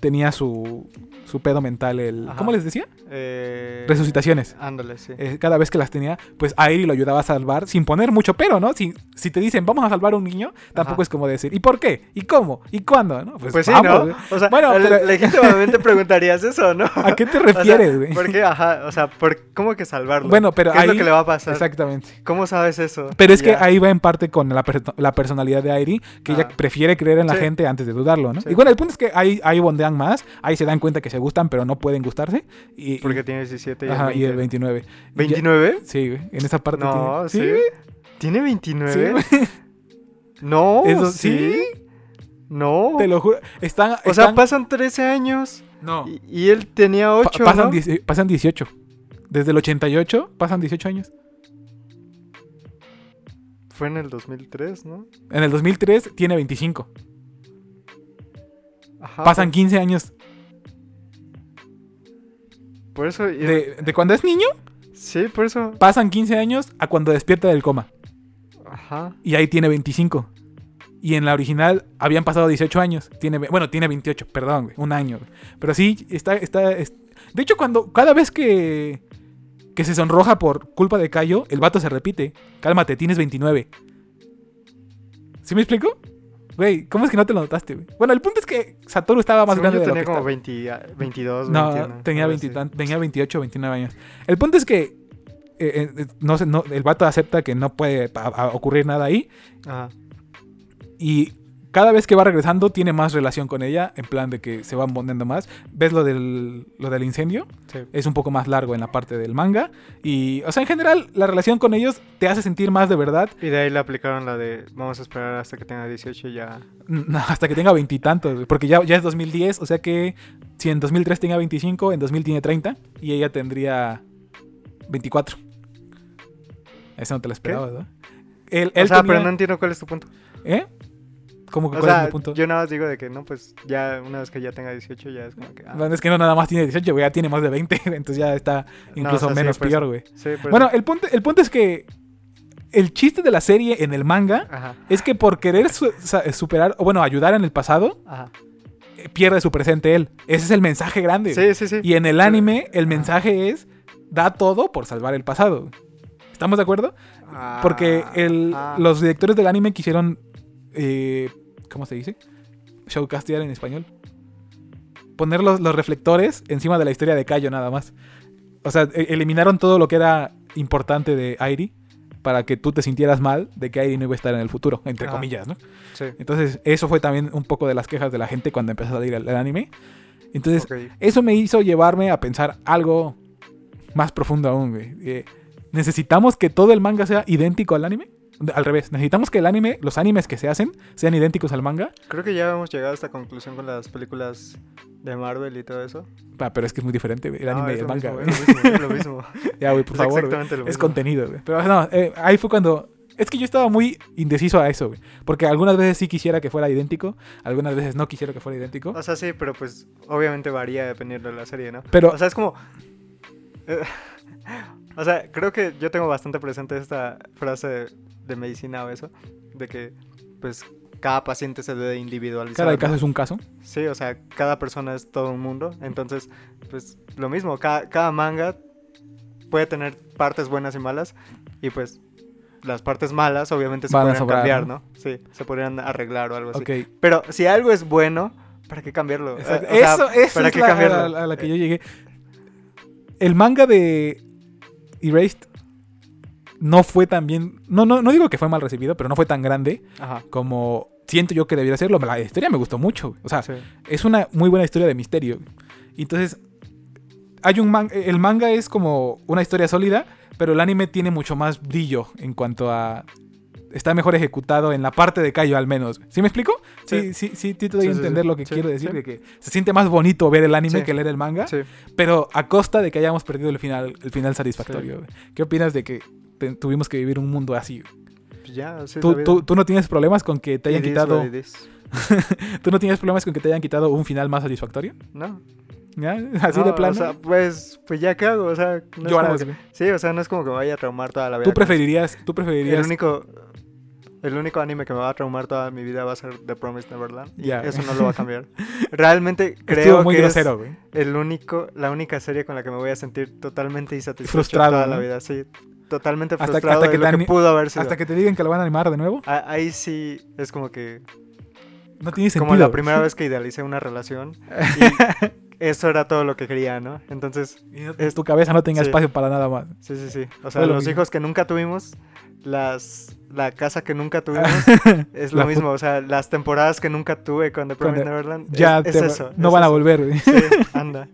tenía su, su pedo mental, el... Ajá. ¿Cómo les decía? Eh, Resucitaciones. Ándale, sí. Eh, cada vez que las tenía, pues a Eri lo ayudaba a salvar sin poner mucho pero, ¿no? Si, si te dicen, vamos a salvar a un niño, tampoco Ajá. es como decir, ¿y por qué? ¿Y cómo? ¿Y cuándo? ¿No? Pues, Pues, sí, vamos, güey. ¿no? O sea, Bueno, le- pero- legítimamente preguntarías eso, ¿no? <laughs> ¿A <laughs> qué te refieres, güey? ¿Por qué? Ajá, o sea, ¿por, ¿cómo que salvarlo? bueno, pero ¿Qué ahí... es lo que le va a pasar? Exactamente. ¿Cómo sabes eso? Pero es Ya. que ahí va en parte con la, perso- la personalidad de Airi, que ella Ah. prefiere creer en la Sí. gente antes de dudarlo, ¿no? Sí. Y bueno, el punto es que ahí, ahí bondean más, ahí se dan cuenta que se gustan, pero no pueden gustarse. Y, Porque tiene 17 y, ajá, y el 20. 29. Ya- ¿29? sí, güey, en esa parte. No, tiene- sí. güey, ¿Tiene sí, 29? güey, <laughs> No, Eso sí. No. te lo juro. Están, O sea, están- pasan 13 años no, y, y él tenía pa- 8, pasan, ¿no? 10 pasan 18. Desde el 88 pasan 18 años. Fue en el 2003, ¿no? En el 2003 tiene 25. Ajá. pasan 15 años. Por eso... y- De, de cuando es niño, Sí, por eso... pasan 15 años a cuando despierta del coma. Ajá. y ahí tiene 25. Y en la original habían pasado 18 años. Tiene, ve- bueno, tiene 28, perdón, güey, un año. güey. Pero sí, está, está, es- De hecho, cuando cada vez que, que se sonroja por culpa de Cayo, el vato se repite. Cálmate, tienes 29. ¿Sí me explico? Güey, ¿cómo es que no te lo notaste, güey? Bueno, el punto es que Satoru estaba más Según grande yo de lo tenía que como estaba. 20, a- 22, No, 21, tenía, algo 20 y así. tan- tenía 28 29 años. El punto es que eh, eh, no, sé, no, el vato acepta que no puede pa- a- ocurrir nada ahí Ajá. Y cada vez que va regresando tiene más relación con ella, en plan de que se van bondeando más. ¿Ves lo del, lo del incendio? Sí. Es un poco más largo en la parte del manga. Y, o sea, en general, la relación con ellos te hace sentir más de verdad <laughs> Y de ahí le aplicaron la de vamos a esperar hasta que tenga 18 y ya. mm, hasta que tenga veintitantos, güey, porque ya, ya es 2010, o sea que si en 2003 tenía 25, en 2000 tiene 30 y ella tendría 24. Eso no te lo esperabas, ¿no? Él, O él sea, tenía- pero no entiendo cuál es tu punto. ¿Eh? ¿Cómo que O cuál es sea, mi punto? yo nada más digo de que no, pues ya una vez que ya tenga 18 ya es como que... ah, Bueno, es que no nada más tiene 18, güey, ya tiene más de 20, <laughs> entonces ya está incluso o sea, sí, menos por peor, eso. güey. sí, por Bueno, eso. el punto, el punto es que el chiste de la serie en el manga Ajá, es que por querer su- sa- superar, o bueno, ayudar en el pasado, ajá. eh, pierde su presente él. Ese es el mensaje grande. Sí, sí, sí. Y en el anime, el Ah. mensaje es, da todo por salvar el pasado. ¿Estamos de acuerdo? Ah, Porque el- ah. los directores del anime quisieron, eh, ¿cómo se dice? Showcastear en español. Poner los, los reflectores encima de la historia de Cayo nada más. O sea, e- eliminaron todo lo que era importante de Airi para que tú te sintieras mal de que Airi no iba a estar en el futuro, entre Ah. comillas, ¿no? Sí, Entonces, eso fue también un poco de las quejas de la gente cuando empezó a salir el, el anime. Entonces, ok. eso me hizo llevarme a pensar algo más profundo aún, güey. Eh, ¿Necesitamos que todo el manga sea idéntico al anime? Al revés, necesitamos que el anime, los animes que se hacen, sean idénticos al manga. Creo que ya hemos llegado a esta conclusión con las películas de Marvel y todo eso. Ah, pero es que es muy diferente, güey, el No, anime y es el lo manga. mismo, güey. es lo mismo, es lo mismo. <laughs> <laughs> ya, güey, por Es favor. güey. exactamente lo Es mismo. contenido, güey. Pero no, eh, ahí fue cuando. Es que yo estaba muy indeciso a eso, güey. Porque algunas veces sí quisiera que fuera idéntico, algunas veces no quisiera que fuera idéntico. O sea, sí, pero pues obviamente varía dependiendo de la serie, ¿no? Pero- O sea, es como... eh, <laughs> o sea, creo que yo tengo bastante presente esta frase de, de medicina o eso, de que pues cada paciente se debe individualizar. Cada ¿no? caso es un caso. Sí, o sea, cada persona es todo un mundo, entonces pues lo mismo, cada, cada manga puede tener partes buenas y malas y pues... Las partes malas obviamente se Van a podrían sobrar, cambiar, ¿no? ¿no? Sí, se podrían arreglar o algo así. Ok. Pero si algo es bueno, ¿para qué cambiarlo? Exacto. Eh, o sea, eso eso ¿para es qué la, cambiarlo? Eh. a la- a la que yo llegué. El manga de Erased no fue tan bien. No, no, no digo que fue mal recibido, pero no fue tan grande Eh, Ajá. como siento yo que debiera serlo. La historia me gustó mucho. güey. O sea, Sí. es una muy buena historia de misterio. Entonces, hay un man- el manga es como una historia sólida, pero el anime tiene mucho más brillo en cuanto a está mejor ejecutado en la parte de Cayo al menos. ¿Sí me explico? Sí, sí, sí, sí te doy Sí, a sí, sí. entender lo que Sí, quiero decir sí. de que se siente más bonito ver el anime Sí. que leer el manga, Sí. pero a costa de que hayamos perdido el final el final satisfactorio. ¿Qué opinas de que te- tuvimos que vivir un mundo así? Pues Ya, así es la ¿Tú, vida. tú, tú no tienes problemas con que te hayan It is quitado what it is. tú no tienes problemas con que te hayan quitado un final más satisfactorio? No. ¿Ya? <laughs> Así no, de plano. O sea, pues, pues ya, ¿qué hago? O sea, no es como Lloras, que- güey. Sí, o sea, no es como que me vaya a traumar toda la vida. ¿Tú con eso. preferirías, tú El preferirías único... El único anime que me va a traumar toda mi vida va a ser The Promised Neverland. Y Ya. eso no lo va a <laughs> cambiar. Realmente Estuvo creo muy que grosero, güey. es el único, la única serie con la que me voy a sentir totalmente insatisfecho Frustrado, toda la ¿no? vida. Sí, totalmente Hasta- frustrado hasta de que lo que tan- pudo haber sido. Hasta que te digan que lo van a animar de nuevo, A- Ahí sí es como que no tiene sentido. como la güey. primera vez que idealicé una relación y eso era todo lo que quería, ¿no? Entonces, <laughs> Y no- es- tu cabeza no tenga sí. espacio para nada más. sí, sí, sí. O Fue sea, lo los mismo. hijos que nunca tuvimos, las la casa <laughs> que nunca tuvimos es La lo fu- mismo, o sea, las temporadas que nunca tuve con The Promised Cuando- Neverland es- Ya es, te va- eso. no es van a eso. volver, güey. <laughs> Sí, anda.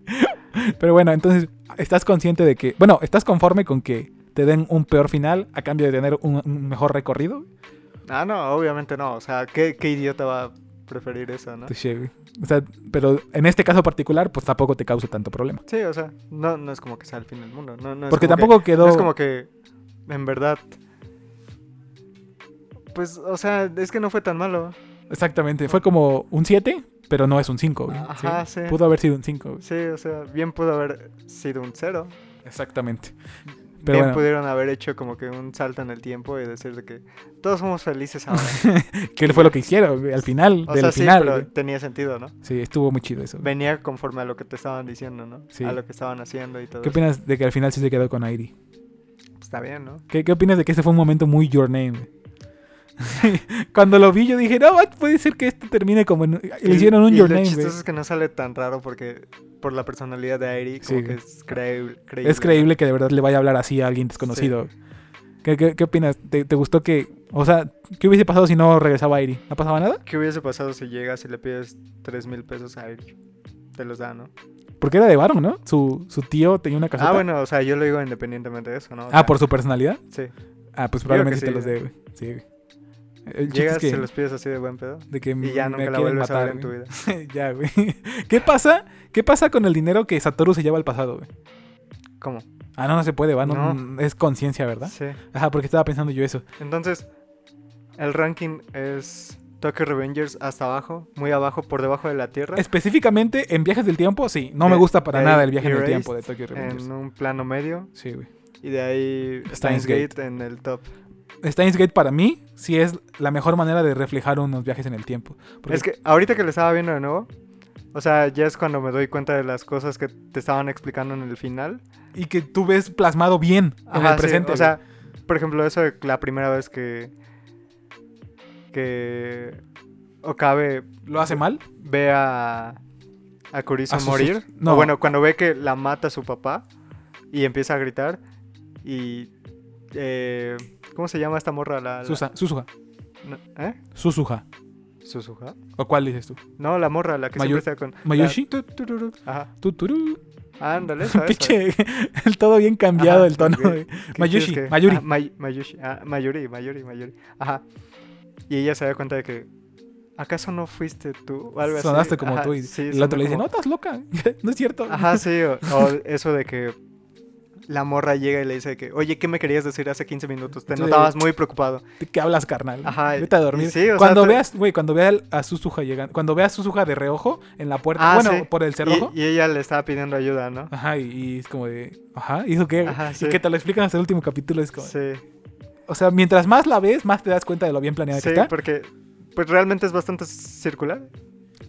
Pero bueno, entonces, ¿estás consciente de que, bueno, estás conforme con que te den un peor final a cambio de tener un, un mejor recorrido? Ah, no, obviamente no, o sea, qué, qué idiota va a preferir eso, ¿no? Touché, güey. O sea, pero en este caso particular, pues tampoco te causa tanto problema. Sí, o sea, no, no es como que sea el fin del mundo, no, no es Porque como que- tampoco quedó... No es como que, en verdad. Pues, o sea, es que no fue tan malo. Exactamente, fue como un 7, pero no es un 5. güey. Ajá, sí. Pudo haber sido un 5. Sí, o sea, bien pudo haber sido un cero. Exactamente. Pero bien bueno. pudieron haber hecho como que un salto en el tiempo y decir de que todos <laughs> somos felices ahora. ¿Qué fue lo que hicieron güey? al final? O del sea, sí, final. pero güey. tenía sentido, ¿no? Sí, estuvo muy chido eso. güey. Venía conforme a lo que te estaban diciendo, ¿no? Sí. A lo que estaban haciendo y todo. ¿Qué eso. opinas de que al final sí se quedó con Airi? Pues Está bien, ¿no? ¿Qué, qué opinas de que ese fue un momento muy Your Name? güey? <laughs> Cuando lo vi yo dije, no, man, puede ser que esto termine como... en- Le hicieron un Y Your lo Name, güey. chistoso es que no sale tan raro porque por la personalidad de Airi como Sí. que es creíble. Es creíble que de verdad le vaya a hablar así a alguien desconocido. ¿Qué, qué, qué opinas? ¿Te, te gustó que.? O sea, ¿qué hubiese pasado si no regresaba Airi? ¿No pasaba nada? ¿Qué hubiese pasado si llegas y le pides 3 mil pesos a Eric? Te los da, ¿no? Porque era de Baron, ¿no? Su, su tío tenía una caseta. Ah, bueno, o sea, yo lo digo independientemente de eso, ¿no? O Ah, sea, por su personalidad. Sí. Ah, pues probablemente sí, te los ¿no? dé, güey. Sí, güey. El chiste es Llegas que, y los pides así de buen pedo. de que Y ya me nunca la quieren vuelves a ver matar, en tu güey. vida. <laughs> ya, güey. ¿Qué pasa? ¿Qué pasa con el dinero que Satoru se lleva al pasado, güey? ¿Cómo? Ah, no, no se puede, va. No, mm, No. Es conciencia, ¿verdad? Sí. Ajá, porque estaba pensando yo eso. Entonces, el ranking es Tokyo Revengers hasta abajo, muy abajo, por debajo de la tierra. Específicaamente en viajes del tiempo, sí. No me Eh, gusta para eh, nada el viaje del Erased tiempo de Tokyo Revengers. en un plano medio. Sí, güey. Y de ahí Steins Steins Gate en el top. Steins Gate para mí sí es la mejor manera de reflejar unos viajes en el tiempo. Porque Es que ahorita que lo estaba viendo de nuevo, o sea, ya es cuando me doy cuenta de las cosas que te estaban explicando en el final. Y que tú ves plasmado bien en Ajá, el sí, presente. o sea, por ejemplo, eso de la primera vez que. que. Okabe güey. ¿Lo hace mal? ve a. a Kurisu A sus- morir. no. O bueno, cuando ve que la mata su papá y empieza a gritar. Y. eh, ¿Cómo se llama esta morra? La, la- Susa, Susuha. no, ¿Eh? Susuha. ¿Susuha? ¿O cuál dices tú? No, la morra, la que Mayu- siempre está con. la- ¿Mayoshi? tu, tu, ru, ru. Ajá. Tu, turú. Ándale, eso, eso. Piche, <laughs> el todo bien cambiado Ajá, el tono. ok. güey. ¿Qué Mayushi, quieres que- Mayuri. Ah, May- Mayushi, ah, Mayuri, Mayuri, Mayuri. Ajá. Y ella se da cuenta de que, ¿acaso no fuiste tú? O algo así. Sonaste como Ajá, tú y sí, el sonó otro le dice, no, como- estás loca. <laughs> no es cierto. Ajá, sí, o, o eso de que la morra llega y le dice que, oye, ¿qué me querías decir hace 15 minutos? Te Sí. notabas muy preocupado. ¿De <laughs> qué hablas, carnal? Ajá, Vete a dormir. y sí, o sea, cuando tú- veas, güey, cuando veas a Susuha llegando, cuando veas a Susuha de reojo en la puerta, Ah, bueno, sí. por el cerrojo. Y, y ella le estaba pidiendo ayuda, ¿no? Ajá, y, y es como de, ajá, ¿y eso qué? güey? Ajá, Y sí. que te lo explican hasta el último capítulo. Es como, Sí, O sea, mientras más la ves, más te das cuenta de lo bien planeada que sí, está. porque pues realmente es bastante circular.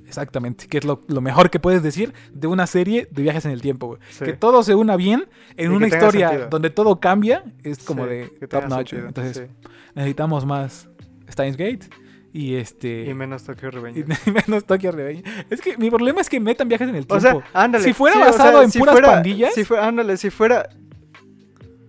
Exactamente, que es lo, lo mejor que puedes decir de una serie de viajes en el tiempo, güey. Sí. Que todo se una bien Y en que una tenga historia sentido. donde todo cambia, es como Sí, de que top tenga notch. güey. sentido, Entonces, sí. necesitamos más Steins Gate y este. Y menos Tokyo y <laughs> Revengers. menos Tokyo Revenge. Es que mi problema es que metan viajes en el tiempo. O sea, ándale. Si fuera o basado en puras pandillas. Si fuera, ándale, si fuera.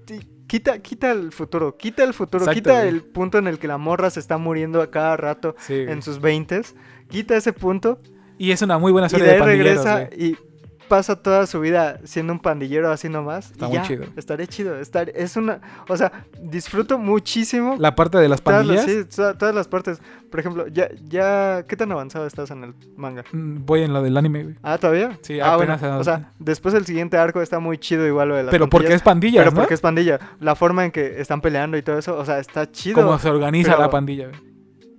ti- Quita, quita el futuro, quita el futuro, Exacto, quita güey. el punto en el que la morra se está muriendo a cada rato Sí, güey. en sus veintes. Quita ese punto y es una muy buena y serie de de ahí pandilleros. regresa güey. y pasa toda su vida siendo un pandillero así nomás. Está y muy ya, chido. Estaré chido. Estar, es una, o sea, disfruto muchísimo La parte de las todas, pandillas. las, sí, toda- todas las partes. Por ejemplo, ya, ya, ¿qué tan avanzado estás en el manga? mm, Voy en lo del anime, güey. Ah, ¿todavía? Sí, ah, apenas bueno, a- O sea, después el siguiente arco está muy chido igual lo de las Pero porque pandillas, es pandilla, Pero porque es pandilla. La forma en que están peleando y todo eso, o sea, está chido. Cómo se organiza pero- la pandilla, güey.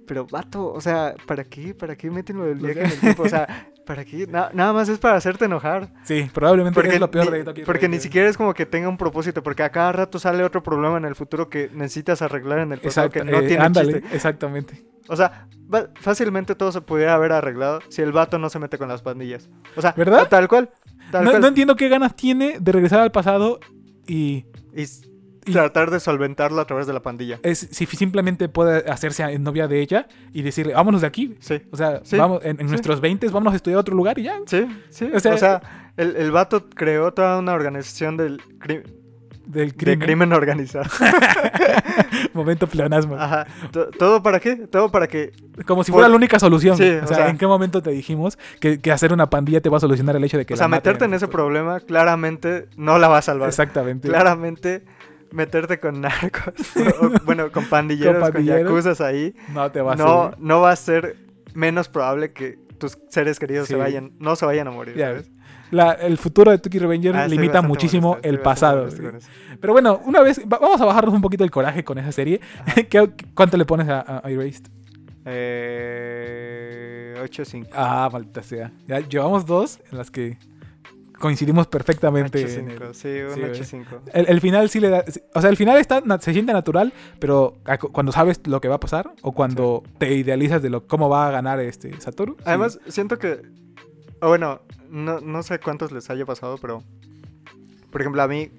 Pero, vato, o sea, ¿para qué? ¿Para qué meten lo del viaje en el tiempo? O sea, <laughs> ¿para qué? Na- nada más es para hacerte enojar. Sí, probablemente Porque, es lo peor ni, de Tokyo porque ni Revengers. siquiera es como que tenga un propósito, porque a cada rato sale otro problema en el futuro que necesitas arreglar en el pasado Exacto, que no eh, tiene ándale, chiste. exactamente. O sea, va- fácilmente todo se pudiera haber arreglado si el vato no se mete con las pandillas. O sea, ¿Verdad? tal cual. Tal No, cual. no entiendo qué ganas tiene de regresar al pasado y y, s- tratar de solventarlo a través de la pandilla. es, si simplemente puede hacerse a- novia de ella y decirle, vámonos de aquí. Sí. O sea, Sí, vamos, en, en sí. nuestros 20 vámonos a estudiar a otro lugar y ya. Sí, sí. O O sea- sea, el, el vato creó toda una organización del cri- Del crimen. de crimen organizado. <laughs> Momento pleonasmo. Ajá. To- ¿Todo para qué? Todo para que. Como si Por- fuera la única solución. Pues, Sí, o, sea, o sea- ¿en qué momento te dijimos que, que hacer una pandilla te va a solucionar el hecho de que o la sea, maten meterte en el ese futuro? problema claramente no la va a salvar. Exactamente. Claramente meterte con <laughs> narcos, o- bueno, con pandilleros, con, pandilleros. yacuzas ahí, No te va a no, servir. no va a ser menos probable que tus seres queridos Sí. se vayan, no se vayan a morir. Ya ¿sabes? La- el futuro de Tokyo Revenger Ah, estoy limita bastante muchísimo molesto, el estoy bastante pasado. molesto con eso. Pero bueno, una vez, va- vamos a bajarnos un poquito el coraje con esa serie. <laughs> ¿Qué- ¿Cuánto le pones a, a- a Erased? Eh, 8-5. Ah, maldita sea. Ya llevamos dos en las que coincidimos perfectamente. en el, 8-5, sí, sí, un güey. 8-5. el- el final sí le da. O sea, el final está, na- se siente natural, pero a cu- cuando sabes lo que va a pasar o cuando te idealizas de lo, cómo va a ganar este Satoru. sí. Además, siento que. o bueno, no, no sé cuántos les haya pasado, pero. Por ejemplo, a mí.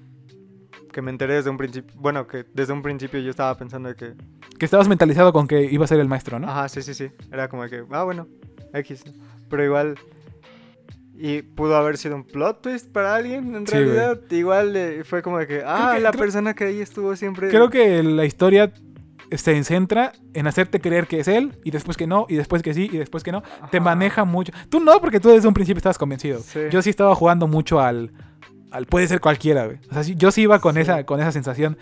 Que me enteré desde un principio. Bueno, que desde un principio yo estaba pensando de que. Que estabas mentalizado con que iba a ser el maestro, ¿no? Ajá, sí, sí, sí. Era como que. Ah, bueno. X. ¿no? Pero igual. Y pudo haber sido un plot twist para alguien, en Sí, güey. realidad. Igual eh, fue como de que. Ah, que- la creo- persona que ahí estuvo siempre. Creo que la historia se centra en hacerte creer que es él y después que no y después que sí y después que no. Te Ajá. maneja mucho. Tú no, porque tú desde un principio estabas convencido. Sí. Yo sí estaba jugando mucho al, al puede ser cualquiera, güey. O sea, sí- yo sí iba con, Sí. esa, con esa sensación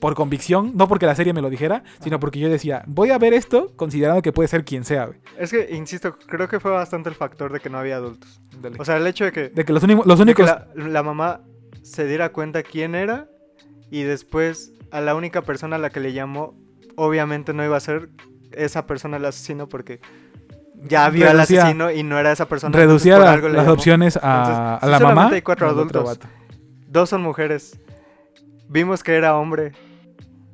por convicción, no porque la serie me lo dijera, sino porque yo decía, voy a ver esto considerando que puede ser quien sea, güey. Es que, insisto, creo que fue bastante el factor de que no había adultos. Dale. O sea, el hecho de que. de que los, único- los de que únicos... la, la mamá se diera cuenta quién era y después a la única persona a la que le llamó, obviamente no iba a ser esa persona el asesino porque ya vio al Reducía- asesino y no era esa persona. entonces Reducía por la- algo le las llamó. opciones a, Entonces, a la sí, mamá. solamente hay cuatro y al otro adultos. vato. Dos son mujeres. Vimos que era hombre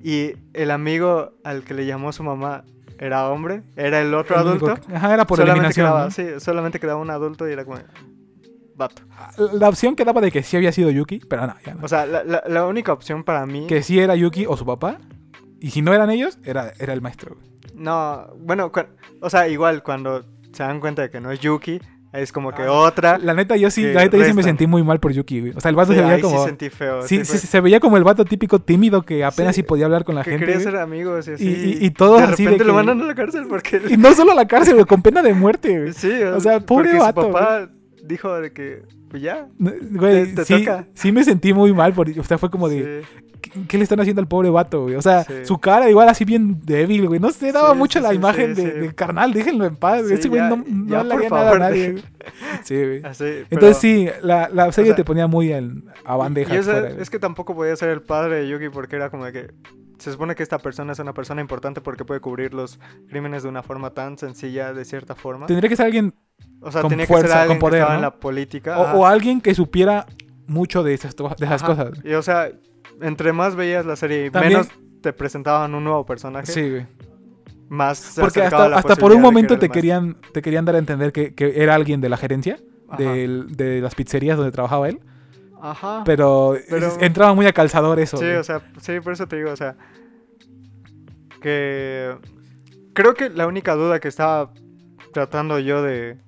y el amigo al que le llamó su mamá era hombre, era el otro El único adulto. que- Ajá, era por solamente, eliminación. quedaba, ¿no? sí, solamente quedaba un adulto y era como... Vato. La opción que daba de que sí había sido Yuki, pero no, ya no. O sea, la, la- la única opción para mí... que sí era Yuki o su papá. Y si no eran ellos, era, era el maestro. güey. No, bueno, cua- o sea, igual cuando se dan cuenta de que no es Yuki, es como que Ah, otra. La neta, yo sí, Que la neta, yo sí me restan. sentí muy mal por Yuki, güey. O sea, el vato Sí, se veía ahí como. sí sentí feo. sí, sí, sí, fue- sí, se veía como el vato típico tímido que apenas Sí, sí podía hablar con la que gente. quería güey. ser amigos y así. y- y todos de así de repente lo que- mandan a <laughs> la cárcel porque... Y no solo a la cárcel, güey, con pena de muerte, güey. <laughs> sí, o sea, pobre porque vato, su papá dijo de que, pues ya. No, güey, Te- te sí, toca. sí me sentí muy mal. Por, o sea, fue como de, sí, ¿qué, qué le están haciendo al pobre vato, güey? O sea, Sí. su cara igual así bien débil, güey. No sé, daba Sí, mucho sí, la sí, imagen sí, de, sí. del carnal, déjenlo en paz. güey. Sí, Ese güey ya- no, no ya, le haría por nada a favor, nadie. güey. Sí, güey. <laughs> así, pero- Entonces sí, la, la serie sea, te ponía muy en, a bandeja. Y eso fuera, güey. es que tampoco podía ser el padre de Yuki porque era como de que se supone que esta persona es una persona importante porque puede cubrir los crímenes de una forma tan sencilla, de cierta forma. Tendría que ser alguien O sea, con tenía que fuerza, ser con alguien poder, que estaba ¿no? en la política. o, ajá. o alguien que supiera mucho de esas, to- de esas Ajá. cosas. Y o sea, entre más veías la serie y También- menos te presentaban un nuevo personaje, Sí, güey. más se Porque acercaba hasta, la hasta por un posibilidad de que momento era el te más- querían, te querían dar a entender que, que era alguien de la gerencia, Ajá. del- de las pizzerías donde trabajaba él, Ajá. pero, Pero- es- entraba muy a calzador eso. Sí, güey. o sea, sí, por eso te digo, o sea, que creo que la única duda que estaba tratando yo de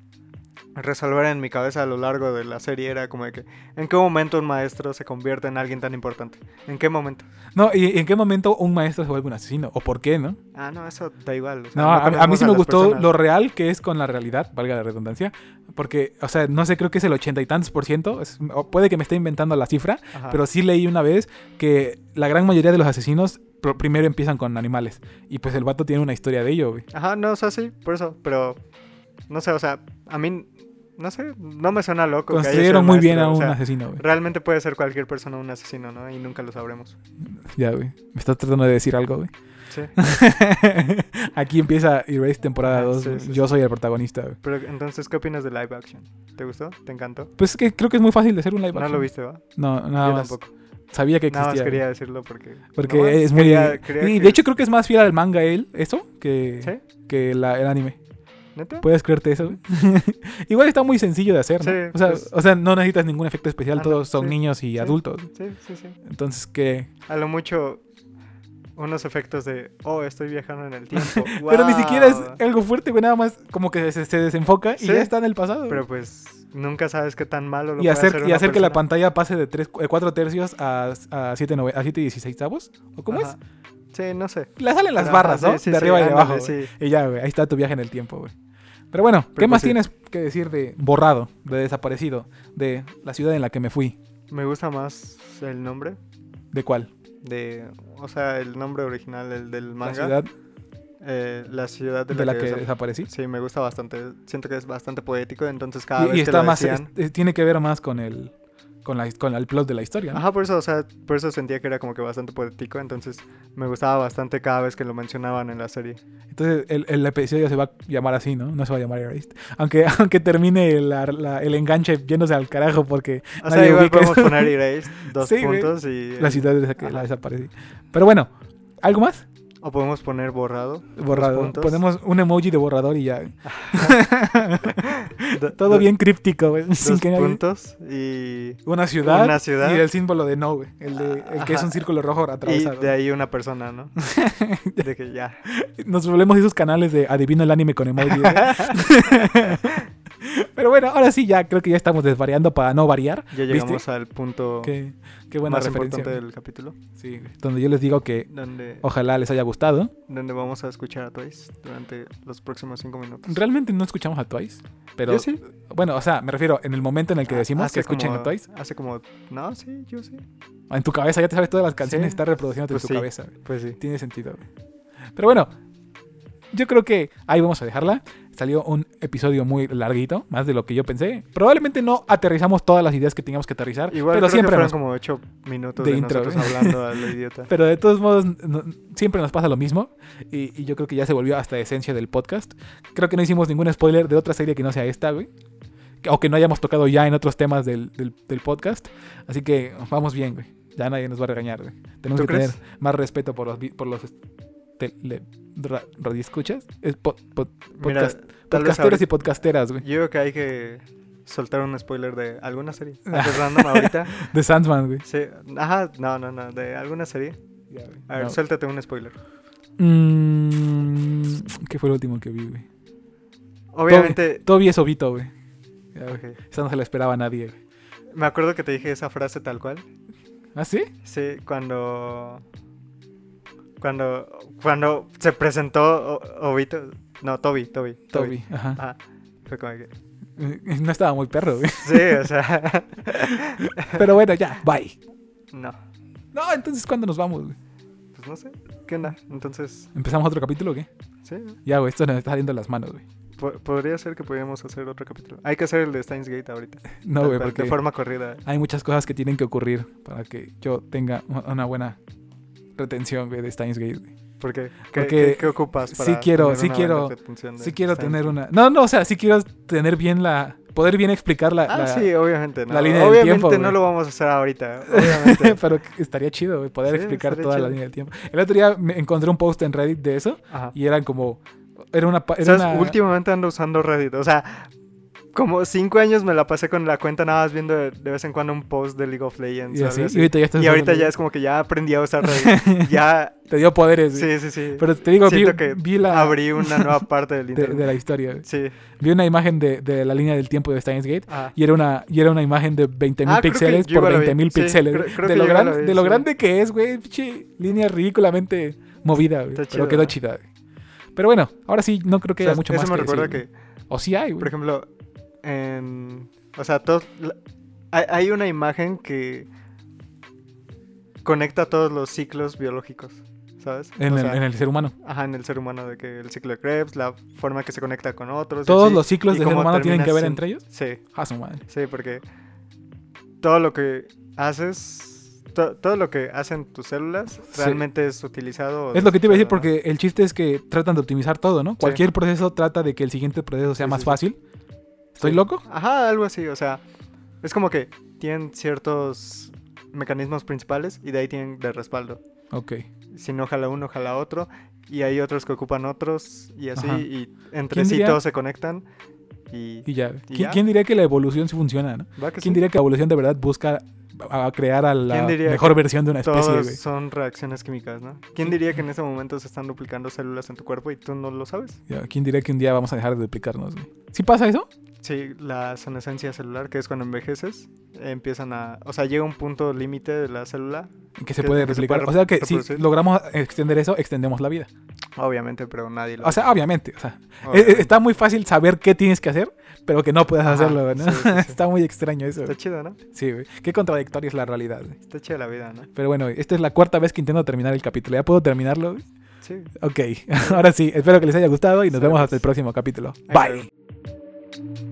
resolver en mi cabeza a lo largo de la serie era como de que, ¿en qué momento un maestro se convierte en alguien tan importante? ¿En qué momento? No, ¿y en qué momento un maestro se vuelve un asesino? ¿O por qué, no? Ah, no, eso da igual. o sea, No, a, a mí conocemos sí a me las gustó personas. lo real que es con la realidad, valga la redundancia, porque, o sea, no sé, creo que es el ochenta y tantos por ciento, es- o puede que me esté inventando la cifra, Ajá. pero sí leí una vez que la gran mayoría de los asesinos pr- primero empiezan con animales, y pues el vato tiene una historia de ello, güey. Ajá, no, o sea, sí, por eso, pero no sé, o sea, a mí, no sé, no me suena loco. que haya sido Construyeron el muy bien a maestro, un o sea, asesino, güey. Realmente puede ser cualquier persona un asesino, ¿no? Y nunca lo sabremos. Ya, güey. <laughs> Me estás tratando de decir algo, güey. Sí. Aquí empieza Erase temporada Ajá, 2. Ah, sí, sí, Yo soy el protagonista. güey. Pero entonces, ¿qué opinas de live action? ¿Te gustó? ¿Te encantó? Pues es que creo que es muy fácil de hacer un live No action. lo viste, ¿va? No, nada Yo más. tampoco. Sabía que existía. Nada más güey. quería decirlo porque. Porque nomás es muy. quería- quería y de que- hecho creo que es más fiel al manga él, eso, que, ¿Sí? que la- el anime. ¿Neta? ¿Puedes creerte eso? güey? <laughs> Igual está muy sencillo de hacer, ¿no? Sí, o, sea, pues- o sea, no necesitas ningún efecto especial, Ah, no, todos son sí, niños y sí. adultos. Sí, sí, sí. Entonces, que... A lo mucho unos efectos de, oh, estoy viajando en el tiempo. <laughs> Pero ni siquiera es guau". algo fuerte, güey, nada más como que se, se desenfoca y Sí. ya está en el pasado. Pero pues nunca sabes qué tan malo lo y puede hacer, y una hacer que la persona. pantalla pase de 3, 4 tercios a, a 7 nove- a 7 16 avos. ¿O cómo Ajá. Sí, no sé. es? Le salen las Pero, barras, ajá, ¿no? sí, sí, de sí, arriba y de ándale, abajo. güey. sí. Y ya, güey, ahí está tu viaje en el tiempo, güey. Pero bueno, ¿qué Pero más pues sí. tienes que decir de borrado, de desaparecido, de la ciudad en la que me fui? Me gusta más el nombre ¿De cuál? de, o sea, el nombre original el del ¿La manga. ciudad eh, la ciudad de la, que, desa- desaparecí? Sí, me gusta bastante. Siento que es bastante poético, entonces cada Y- vez y que está lo más, decían- es- es- tiene que ver más con el, con la, con el plot de la historia, ¿no? Ajá, por eso, o sea, por eso sentía que era como que bastante poético, entonces me gustaba bastante cada vez que lo mencionaban en la serie. Entonces el, el episodio se va a llamar así, ¿no? No se va a llamar Erased. Aunque, <laughs> aunque termine la- la- el enganche yéndose al carajo porque O Nadie sea, igual ubica eso. podemos poner <laughs> Erased, dos Sí, güey. puntos y... la ciudad de la que Ajá. la desaparecí. Pero bueno, ¿algo más? O podemos poner borrado. <laughs> <laughs> Borrado. puntos. Ponemos un emoji de borrador y ya. <laughs> do- Todo do- bien críptico, güey. Sin Dos que nadie- puntos y... Una ciudad, Una ciudad. y el símbolo de no, güey. El, de, el que es Ajá. un círculo rojo Y atravesado. de ahí una <laughs> persona, ¿no? De que ya. Nos volvemos esos canales de adivina el anime con emoji. <laughs> güey. Pero bueno, ahora sí ya creo que ya estamos desvariando para no variar. Ya llegamos ¿Viste? al punto Qué, qué buena Oh. más referencia. Oh. importante del capítulo, Sí, güey. donde yo les digo que donde, ojalá les haya gustado. donde vamos a escuchar a Twice durante los próximos cinco minutos. Realmente no escuchamos a Twice, pero Yo sí. bueno, o sea, me refiero en el momento en el que decimos Hace que escuchen Ah, como- a Twice, Hace como... No, sí, yo sí. en tu cabeza ya te sabes todas las canciones, Sí. está reproduciéndote Pues en tu sí. cabeza. güey. Pues sí. Tiene sentido. güey. Pero bueno, yo creo que ahí vamos a dejarla. Salió un episodio muy larguito, más de lo que yo pensé. Probablemente no aterrizamos todas las ideas que teníamos que aterrizar, Igual pero creo siempre que fueron nos como ocho minutos de de, intro, nosotros ¿eh? hablando <laughs> a lo idiota. Pero de todos modos, no- siempre nos pasa lo mismo. Y, y yo creo que ya se volvió hasta esencia del podcast. Creo que no hicimos ningún spoiler de otra serie que no sea esta, güey. Que- O que no hayamos tocado ya en otros temas del, del- del podcast. Así que vamos bien, güey. Ya nadie nos va a regañar, güey. Tenemos ¿Tú que crees? tener más respeto por los, vi- por los tele- ra- radioescuchas. Es po- po- Mira, podcast- tal vez podcasteros y ahorita- podcasteras, güey. Yo creo que hay que soltar un spoiler de <laughs> alguna serie. Algo random ahorita. De Sandman, güey. Sí. Ajá, no, no, no, de alguna serie. A ver, No. suéltate un spoiler. Mm, ¿Qué fue lo último que vi, güey? Obviamente... Toby es Obito, güey. Ya, güey. Ok. Esa no se la esperaba a nadie. güey. Me acuerdo que te dije esa frase tal cual. ¿Ah, sí? Sí, cuando... Cuando, cuando se presentó O- Obito... No, Toby, Toby. Toby. Ajá. <laughs> Ajá. Fue como que... Eh, No estaba muy perro, <laughs> güey. Sí, o sea... <laughs> Pero bueno, ya, bye. no. No, entonces, ¿cuándo nos vamos? güey? Pues no sé. ¿Qué onda? Entonces... ¿Empezamos otro capítulo o qué? Sí, Ya, güey, esto nos está saliendo de las manos, güey. Po- podría ser que pudiéramos hacer otro capítulo. Hay que hacer el de Steins Gate ahorita. No, Tal güey, cual, porque De forma corrida. hay muchas cosas que tienen que ocurrir para que yo tenga u- una buena retención, güey, de Steins Gate. güey. Porque, ¿qué, Porque qué- qué ocupas sí para quiero- tener sí una quiero- buena retención de Sí quiero Steins tener Gate? una... No, no, o sea, sí quiero tener bien la... Poder bien explicar la... Ah, la- sí, obviamente. No. la línea del obviamente tiempo, no güey. lo vamos a hacer ahorita. <laughs> Obviamente. <laughs> Pero que estaría chido, güey, poder Sí, explicar estaría toda la chido. línea del tiempo. El otro día me encontré un post en Reddit de eso Ajá. y eran como... Era una... pa- Era ¿Sabes? una... Últimamente ando usando Reddit. O sea, como cinco años me la pasé con la cuenta nada más viendo de, de vez en cuando un post de League of Legends. Y, o así, algo y así. ahorita ya estás Y ahorita usando- ya es como que ya aprendí a usar <laughs> Reddit. ya. Te dio poderes. güey. Sí, sí, sí. Pero te digo, vi, Siento que vi la, abrí una nueva parte <laughs> del de, internet. de la historia. güey. Sí. Vi una imagen de, de la línea del tiempo de Steins Gate Ah. y era una, y era una imagen de 20.000 Ah, creo que píxeles yo por igual la vi. 20.000 Sí, píxeles. creo- güey. creo de que lo, yo igual gran- la vi, de lo sí. grande que es, güey. Pinche línea ridículamente movida, güey. Está Pero chido, quedó ¿no? chida, güey. Pero bueno, ahora sí, no creo que O sea, haya mucho eso más me que recuerda decir, güey. que, O sí hay, por güey. ejemplo, en... O sea, todos... la- Hay, hay una imagen que conecta todos los ciclos biológicos, ¿sabes? En, O el- sea, en el ser humano. Ajá, en el ser humano, de que el ciclo de Krebs, la forma que se conecta con otros. y ¿Todos así, los ciclos y del ser cómo humano tienen que terminas ver sin- entre ellos? Sí, Ah, su madre. sí, porque todo lo que haces to- todo lo que hacen tus células Sí. realmente es utilizado. Es lo que te iba a decir para- porque el chiste es que tratan de optimizar todo, ¿no? Cualquier proceso trata de que el siguiente proceso sea Sí, más sí, sí. fácil. ¿Estoy Sí. loco? Ajá, algo así, o sea, es como que tienen ciertos mecanismos principales y de ahí tienen de respaldo. Ok. Si no jala uno, jala otro, y hay otros que ocupan otros, y así, Ajá. y entre ¿Quién sí diría? todos se conectan, y, Y ya. ¿Y ¿Qui- ya? ¿Quién diría que la evolución sí funciona, no? va que ¿Quién sí, diría que la evolución de verdad busca a a crear a la ¿Quién diría mejor versión de una especie, todos güey? son reacciones químicas, ¿no? ¿Quién diría que en ese momento se están duplicando células en tu cuerpo y tú no lo sabes? Ya, ¿Quién diría que un día vamos a dejar de duplicarnos, güey? ¿Sí pasa eso? Sí, la senescencia celular, que es cuando envejeces, empiezan a... O sea, llega un punto límite de la célula, Que se Que- puede que se replicar. puede o sea que si reproducir. logramos extender eso, extendemos la vida. obviamente, pero nadie lo... O sea, obviamente. O sea, e- Oh, obviamente. e- está muy fácil saber qué tienes que hacer, pero que no puedas Ajá, hacerlo, ¿no? sí, sí, sí. <laughs> está muy extraño eso. Está güey. chido, ¿no? Sí, güey. Qué contradictoria es la realidad, güey. Está chida la vida, ¿no? Pero bueno, esta es la cuarta vez que intento terminar el capítulo. ¿Ya puedo terminarlo? güey? Sí. <laughs> Ok, ahora sí, espero que les haya gustado y nos Sale, vemos pues. hasta el próximo capítulo. Ahí Bye. luego.